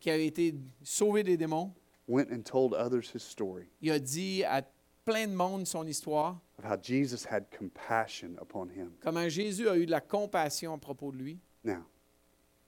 B: qui avait été sauvé des démons,
A: went and told others his story
B: il a dit à plein de monde son histoire,
A: of how Jesus had compassion upon him.
B: comment Jésus a eu de la compassion à propos de lui.
A: Now,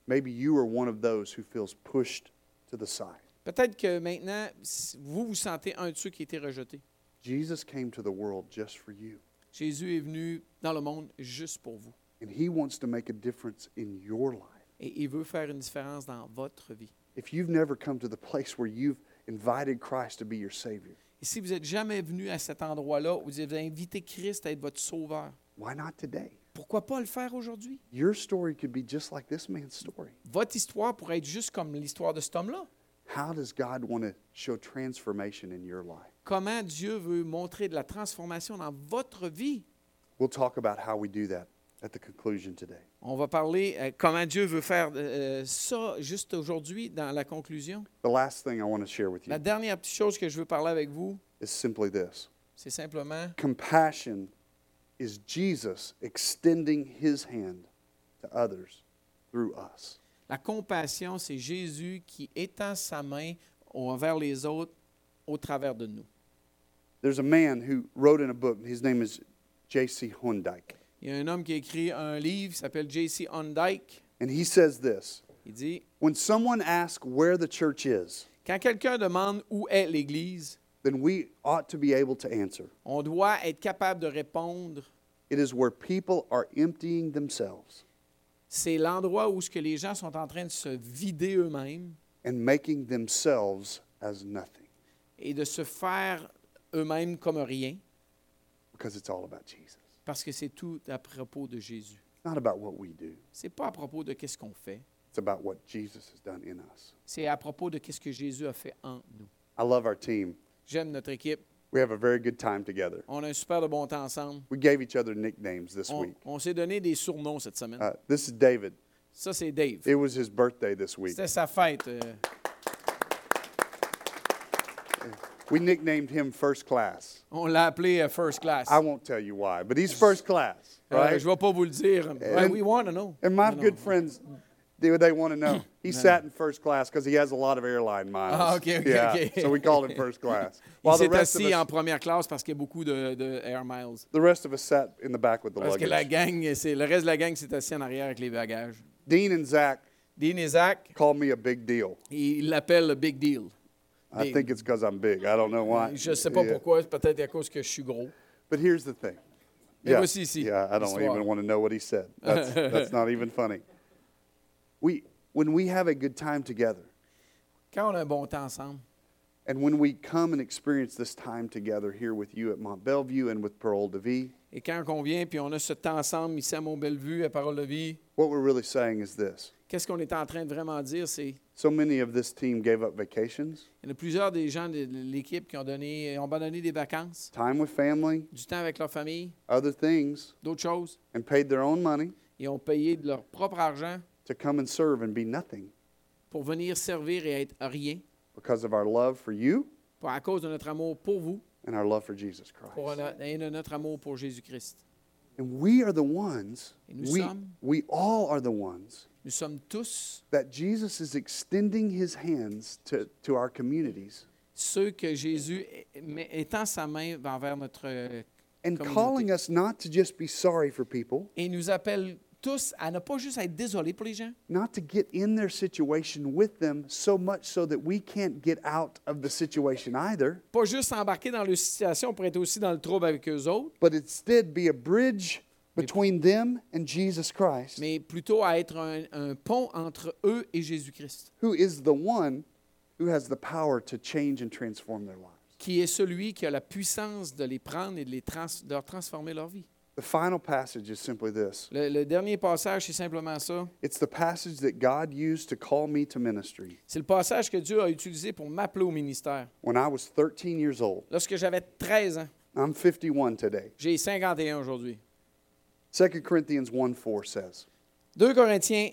A: maybe you are one of those who feels pushed to the side.
B: Peut-être que maintenant, si vous vous sentez un de ceux qui étaient rejetés.
A: Jesus came to the world just for you,
B: Jésus est venu dans le monde juste pour vous.
A: and he wants to make a difference in your life.
B: Et il veut faire une différence dans votre vie.
A: If you've never come to the place where you've invited Christ to be your Savior,
B: Et si vous n'êtes jamais venu à cet endroit-là où vous avez invité Christ à être votre sauveur,
A: why not today?
B: pourquoi pas le faire aujourd'hui?
A: Your story could be just like this man's story.
B: Votre histoire pourrait être juste comme l'histoire de cet homme-là.
A: How does God want to show transformation in your life?
B: Comment Dieu veut montrer de la transformation dans votre vie?
A: We'll talk about how we do that at the conclusion today.
B: On va parler euh, comment Dieu veut faire euh, ça juste aujourd'hui dans la conclusion.
A: The last thing I want to share with
B: La
A: you
B: dernière petite chose que je veux parler avec vous,
A: is simply this
B: c'est simplement
A: compassion is Jesus extending his hand to others through us.
B: la compassion, c'est Jésus qui étend sa main envers les autres au travers de nous.
A: There's a man who wrote in a book, his name is J.C. Hundyke,
B: Il y a un homme qui a écrit un livre qui s'appelle J.C. Dyke.
A: and he says this
B: Il dit
A: When someone asks where the church is,
B: Quand quelqu'un demande où est l'Église,
A: then we ought to be able to answer.
B: on doit être capable de répondre
A: It is where people are emptying themselves
B: c'est l'endroit où ce que les gens sont en train de se vider eux-mêmes
A: and making themselves as nothing
B: et de se faire eux-mêmes comme rien,
A: because it's all about Jesus.
B: parce que c'est tout à propos de Jésus.
A: It's not about what we do,
B: C'est pas à propos de qu'est-ce qu'on fait,
A: it's about what Jesus has done in us.
B: c'est à propos de qu'est-ce que Jésus a fait en nous.
A: I love our team.
B: J'aime notre équipe.
A: We have a very good time together.
B: On a un super de bon temps ensemble.
A: We gave each other nicknames this
B: On,
A: week.
B: on s'est donné des surnoms cette semaine.
A: Uh, this is David.
B: Ça, c'est Dave.
A: It was his birthday this week.
B: C'était sa fête. euh.
A: We nicknamed him First Class.
B: On l'a appelé euh, First Class.
A: I won't tell you why, but he's First Class,
B: Euh,
A: right?
B: je ne vais pas vous le dire. Ouais, we want to know.
A: And
B: Non,
A: my
B: non.
A: good friends, they, they want to know. He sat in first class because he has a lot of airline miles.
B: Ah, okay, okay,
A: yeah,
B: okay.
A: So we called him first class.
B: Il
A: While the
B: s'est
A: rest, of
B: assis en
A: us,
B: première classe parce qu'il y a beaucoup de, de air miles.
A: the rest of us sat in the back with the
B: Parce que
A: luggage.
B: la gang, c'est- le reste de la gang s'est assis en arrière avec les bagages.
A: Dean and Zach
B: Dean et Zach,
A: called me a big deal.
B: ils l'appellent le Big Deal.
A: I
B: Big.
A: think it's because I'm big. I don't know why.
B: Je ne sais pas
A: Yeah.
B: pourquoi, c'est peut-être à cause que je suis gros.
A: But here's the thing.
B: Mais voici ici
A: yeah, I don't
B: l'histoire.
A: even want to know what he said. That's, that's not even funny. We, when we have a good time together,
B: Quand on a un bon temps ensemble,
A: and when we come and experience this time together here with you at Mont Bellevue and with Pearl de Vie,
B: et quand on vient puis on a ce temps ensemble ici à Mont-Bellevue, à Parole de Vie,
A: What we're really saying is this
B: qu'est-ce qu'on est en train de vraiment dire? C'est
A: so many of this team gave up vacations,
B: il y en a plusieurs des gens de l'équipe qui ont donné, ont abandonné des vacances,
A: time with family,
B: du temps avec leur famille,
A: other things,
B: d'autres choses.
A: and paid their own money
B: Ils ont payé de leur propre argent
A: to come and serve and be nothing
B: pour venir servir et être rien,
A: because of our love for you
B: pour- à cause de notre amour pour vous
A: and our love for Jesus
B: pour
A: Christ.
B: un- et de notre amour pour Jésus-Christ.
A: And we are the ones,
B: Et nous
A: we,
B: sommes-
A: we all are the ones
B: Nous sommes tous
A: that Jesus is extending his hands to, to our communities
B: ceux que Jésus é- met- étend sa main envers notre euh,
A: and
B: communauté.
A: calling us not to just be sorry for people,
B: Et il nous appelle tous à ne pas juste être désolés pour les gens,
A: not to get in their situation with them so much so that we can't get out of the situation either.
B: pas juste embarquer dans leur situation pour être aussi dans le trouble avec eux autres,
A: but instead be a bridge between them and Jesus Christ,
B: mais plutôt à être un, un pont entre eux et Jésus-Christ,
A: who is the one who has the power to change and transform their lives.
B: qui est celui qui a la puissance de les prendre et de, les trans- de leur transformer leur vie.
A: The final passage is simply this
B: Le, le dernier passage, c'est simplement ça.
A: it's the passage that God used to call me to ministry
B: C'est le passage que Dieu a utilisé pour m'appeler au ministère.
A: when I was 13 years old.
B: Lorsque j'avais 13 ans,
A: I'm 51 today.
B: j'ai 51 aujourd'hui.
A: 2 Corinthians 1 4 says,
B: 2 Corinthiens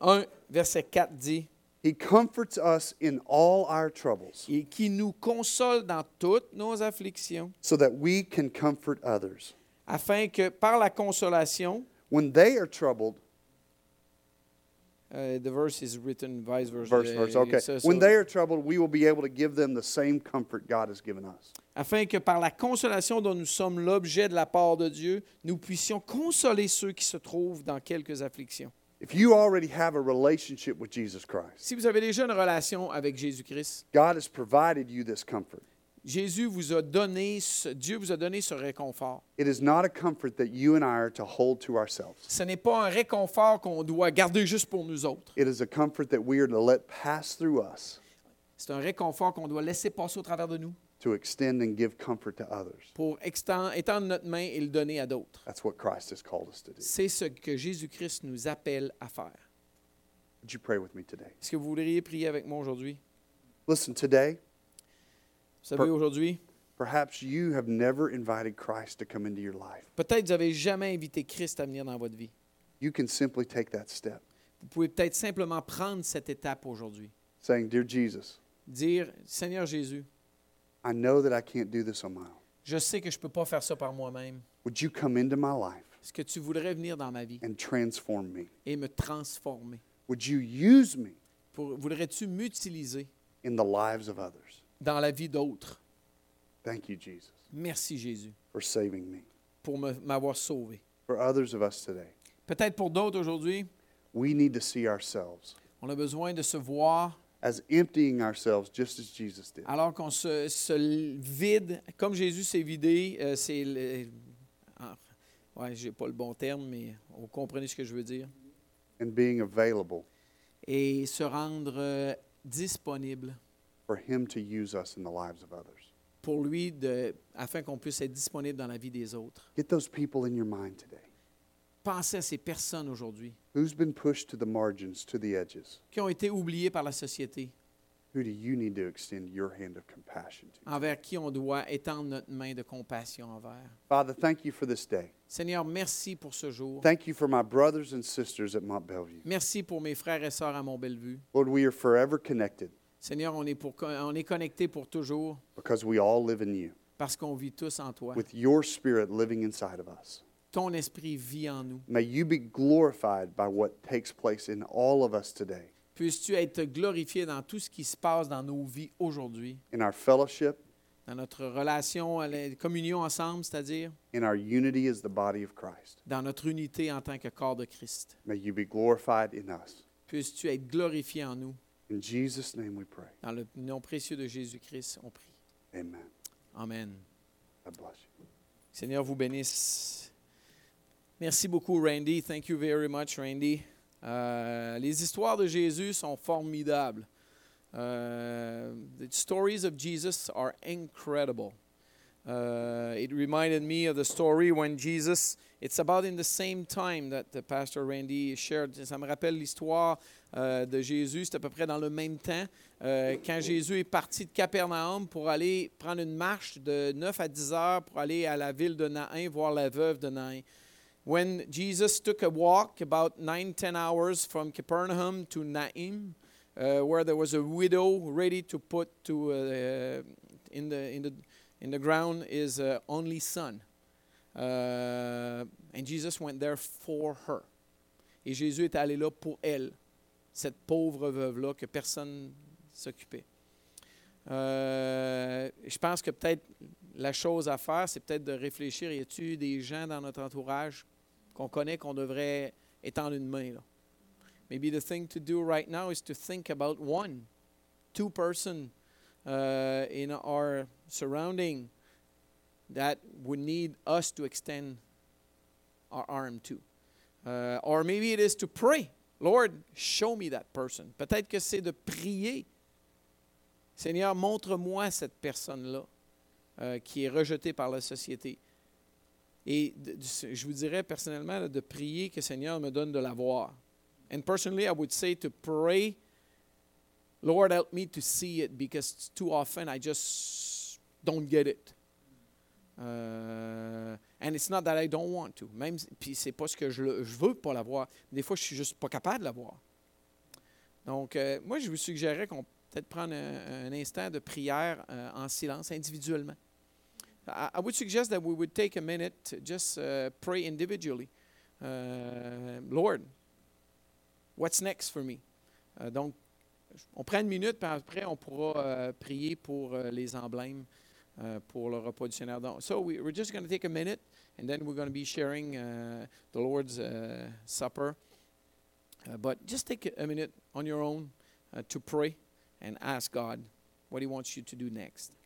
B: 1, verset 4 dit
A: He comforts us in all our troubles
B: Et qui nous console dans toutes nos afflictions,
A: so that we can comfort others.
B: afin que par la consolation,
A: When they are troubled,
B: euh, the verse is written vice versa.
A: verse, verse,
B: euh,
A: okay.
B: ça, ça.
A: When they are troubled, we will be able to give them the same comfort God has given us.
B: Afin que par la consolation dont nous sommes l'objet de la part de Dieu, nous puissions consoler ceux qui se trouvent dans quelques afflictions.
A: If you already have a relationship with Jesus Christ,
B: Si vous avez déjà une relation avec Jésus-Christ,
A: God has provided you this comfort.
B: Jésus vous a donné, ce- Dieu vous a donné ce réconfort.
A: It is not a comfort that you and I are to hold to ourselves.
B: Ce n'est pas un réconfort qu'on doit garder juste pour nous autres.
A: It is a comfort that we are to let pass through us
B: C'est un réconfort qu'on doit laisser passer au travers de nous
A: to extend and give comfort to others.
B: pour extend- étendre notre main et le donner à d'autres.
A: That's what Christ has called us to do.
B: C'est ce que Jésus-Christ nous appelle à faire.
A: Would you pray with me today?
B: Est-ce que vous voudriez prier avec moi aujourd'hui?
A: Listen, today,
B: Vous savez,
A: Per-
B: aujourd'hui,
A: perhaps you have never invited Christ to come into your life.
B: peut-être vous n'avez jamais invité Christ à venir dans votre vie.
A: You can simply take that step,
B: Vous pouvez peut-être simplement prendre cette étape aujourd'hui.
A: saying, Dear Jesus,
B: Dire, Seigneur Jésus,
A: I know that I can't do this on my own.
B: je sais que je ne peux pas faire ça par moi-même.
A: Would you come into my life
B: Est-ce que tu voudrais venir dans ma vie
A: and transform me?
B: et me transformer?
A: Would you use me
B: Pour- Voudrais-tu m'utiliser
A: in the lives of others?
B: dans la vie d'autres?
A: Thank you, Jesus,
B: Merci Jésus
A: for saving me.
B: pour me- m'avoir sauvé.
A: For others of us today,
B: Peut-être pour d'autres aujourd'hui,
A: we need to see ourselves
B: on a besoin de se voir
A: as emptying ourselves just as Jesus did.
B: alors qu'on se, se l- vide, comme Jésus s'est vidé, euh, c'est... le- ah, ouais, j'ai pas le bon terme, mais vous comprenez ce que je veux dire.
A: And being available
B: Et se rendre euh, disponible
A: for Him to use us in the lives of others.
B: pour lui, de, afin qu'on puisse être disponible dans la vie des autres.
A: Get those people in your mind today.
B: Pensez à ces personnes aujourd'hui
A: Who's been pushed to the margins, to the edges?
B: qui ont été oubliées par la société,
A: Who do you need to extend your hand of compassion to?
B: envers qui on doit étendre notre main de compassion envers.
A: Father, thank you for this day.
B: Seigneur, merci pour ce jour.
A: Thank you for my brothers and sisters at Mont Bellevue.
B: Merci pour mes frères et sœurs à Mont-Bellevue.
A: Lord, we are forever connected.
B: Seigneur, on est, pour, on est connecté pour toujours
A: because we all live in you,
B: parce qu'on vit tous en toi.
A: with your spirit living inside of us.
B: Ton esprit vit en nous.
A: May you be glorified by what takes place in all of us today,
B: Puisses-tu être glorifié dans tout ce qui se passe dans nos vies aujourd'hui,
A: in our fellowship,
B: dans notre relation, à la communion ensemble, c'est-à-dire
A: in our unity as the body of Christ.
B: dans notre unité en tant que corps de Christ.
A: May you be glorified in us.
B: Puisses-tu être glorifié en nous.
A: In Jesus' name we pray.
B: Dans le nom précieux de Jésus-Christ, on prie.
A: Amen.
B: Amen.
A: God bless you.
B: Seigneur vous bénisse. Merci beaucoup, Randy. Thank you very much, Randy. Euh, les histoires de Jésus sont formidables. Euh, the stories of Jesus are incredible. Uh, it reminded me of the story when Jesus, it's about in the same time that the Pastor Randy shared. Ça me rappelle l'histoire euh, de Jésus, c'est à peu près dans le même temps, euh, quand Jésus est parti de Capernaum pour aller prendre une marche de 9 à 10 heures pour aller à la ville de Naïn voir la veuve de Naïn. When Jesus took a walk about 9, 10 hours from Capernaum to Naim, uh, where there was a widow ready to put to, uh, in, the, in, the, in the ground his uh, only son. Uh, and Jesus went there for her. Et Jésus est allé là pour elle, cette pauvre veuve-là que personne s'occupait. Euh, je pense que peut-être la chose à faire, c'est peut-être de réfléchir, y a-t-il des gens dans notre entourage qu'on connaît qu'on devrait étendre une main? Là? Maybe the thing to do right now is to think about one, two person uh, in our surrounding that would need us to extend our arm to. Uh, or maybe it is to pray. Lord, show me that person. Peut-être que c'est de prier. Seigneur, montre-moi cette personne-là euh, qui est rejetée par la société. Et de- de- je vous dirais personnellement là, de prier que Seigneur me donne de la voir. And personally, I would say to pray, Lord, help me to see it because too often I just don't get it. Euh, and it's not that I don't want to. Même si- puis c'est pas ce que je, le- je veux pas l'avoir. Des fois, je suis juste pas capable de l'avoir. Donc, euh, moi, je vous suggérerais qu'on peut-être prendre un, un instant de prière euh, en silence individuellement. I, I would suggest that we would take a minute to just uh, pray individually. Euh, Lord, what's next for me? Euh, donc, on prend une minute, puis après, on pourra euh, prier pour euh, les emblèmes, euh, pour le repas du Seigneur. Donc, so, we, we're just going to take a minute, and then we're going to be sharing uh, the Lord's uh, Supper. Uh, but just take a minute on your own uh, to pray and ask God what He wants you to do next.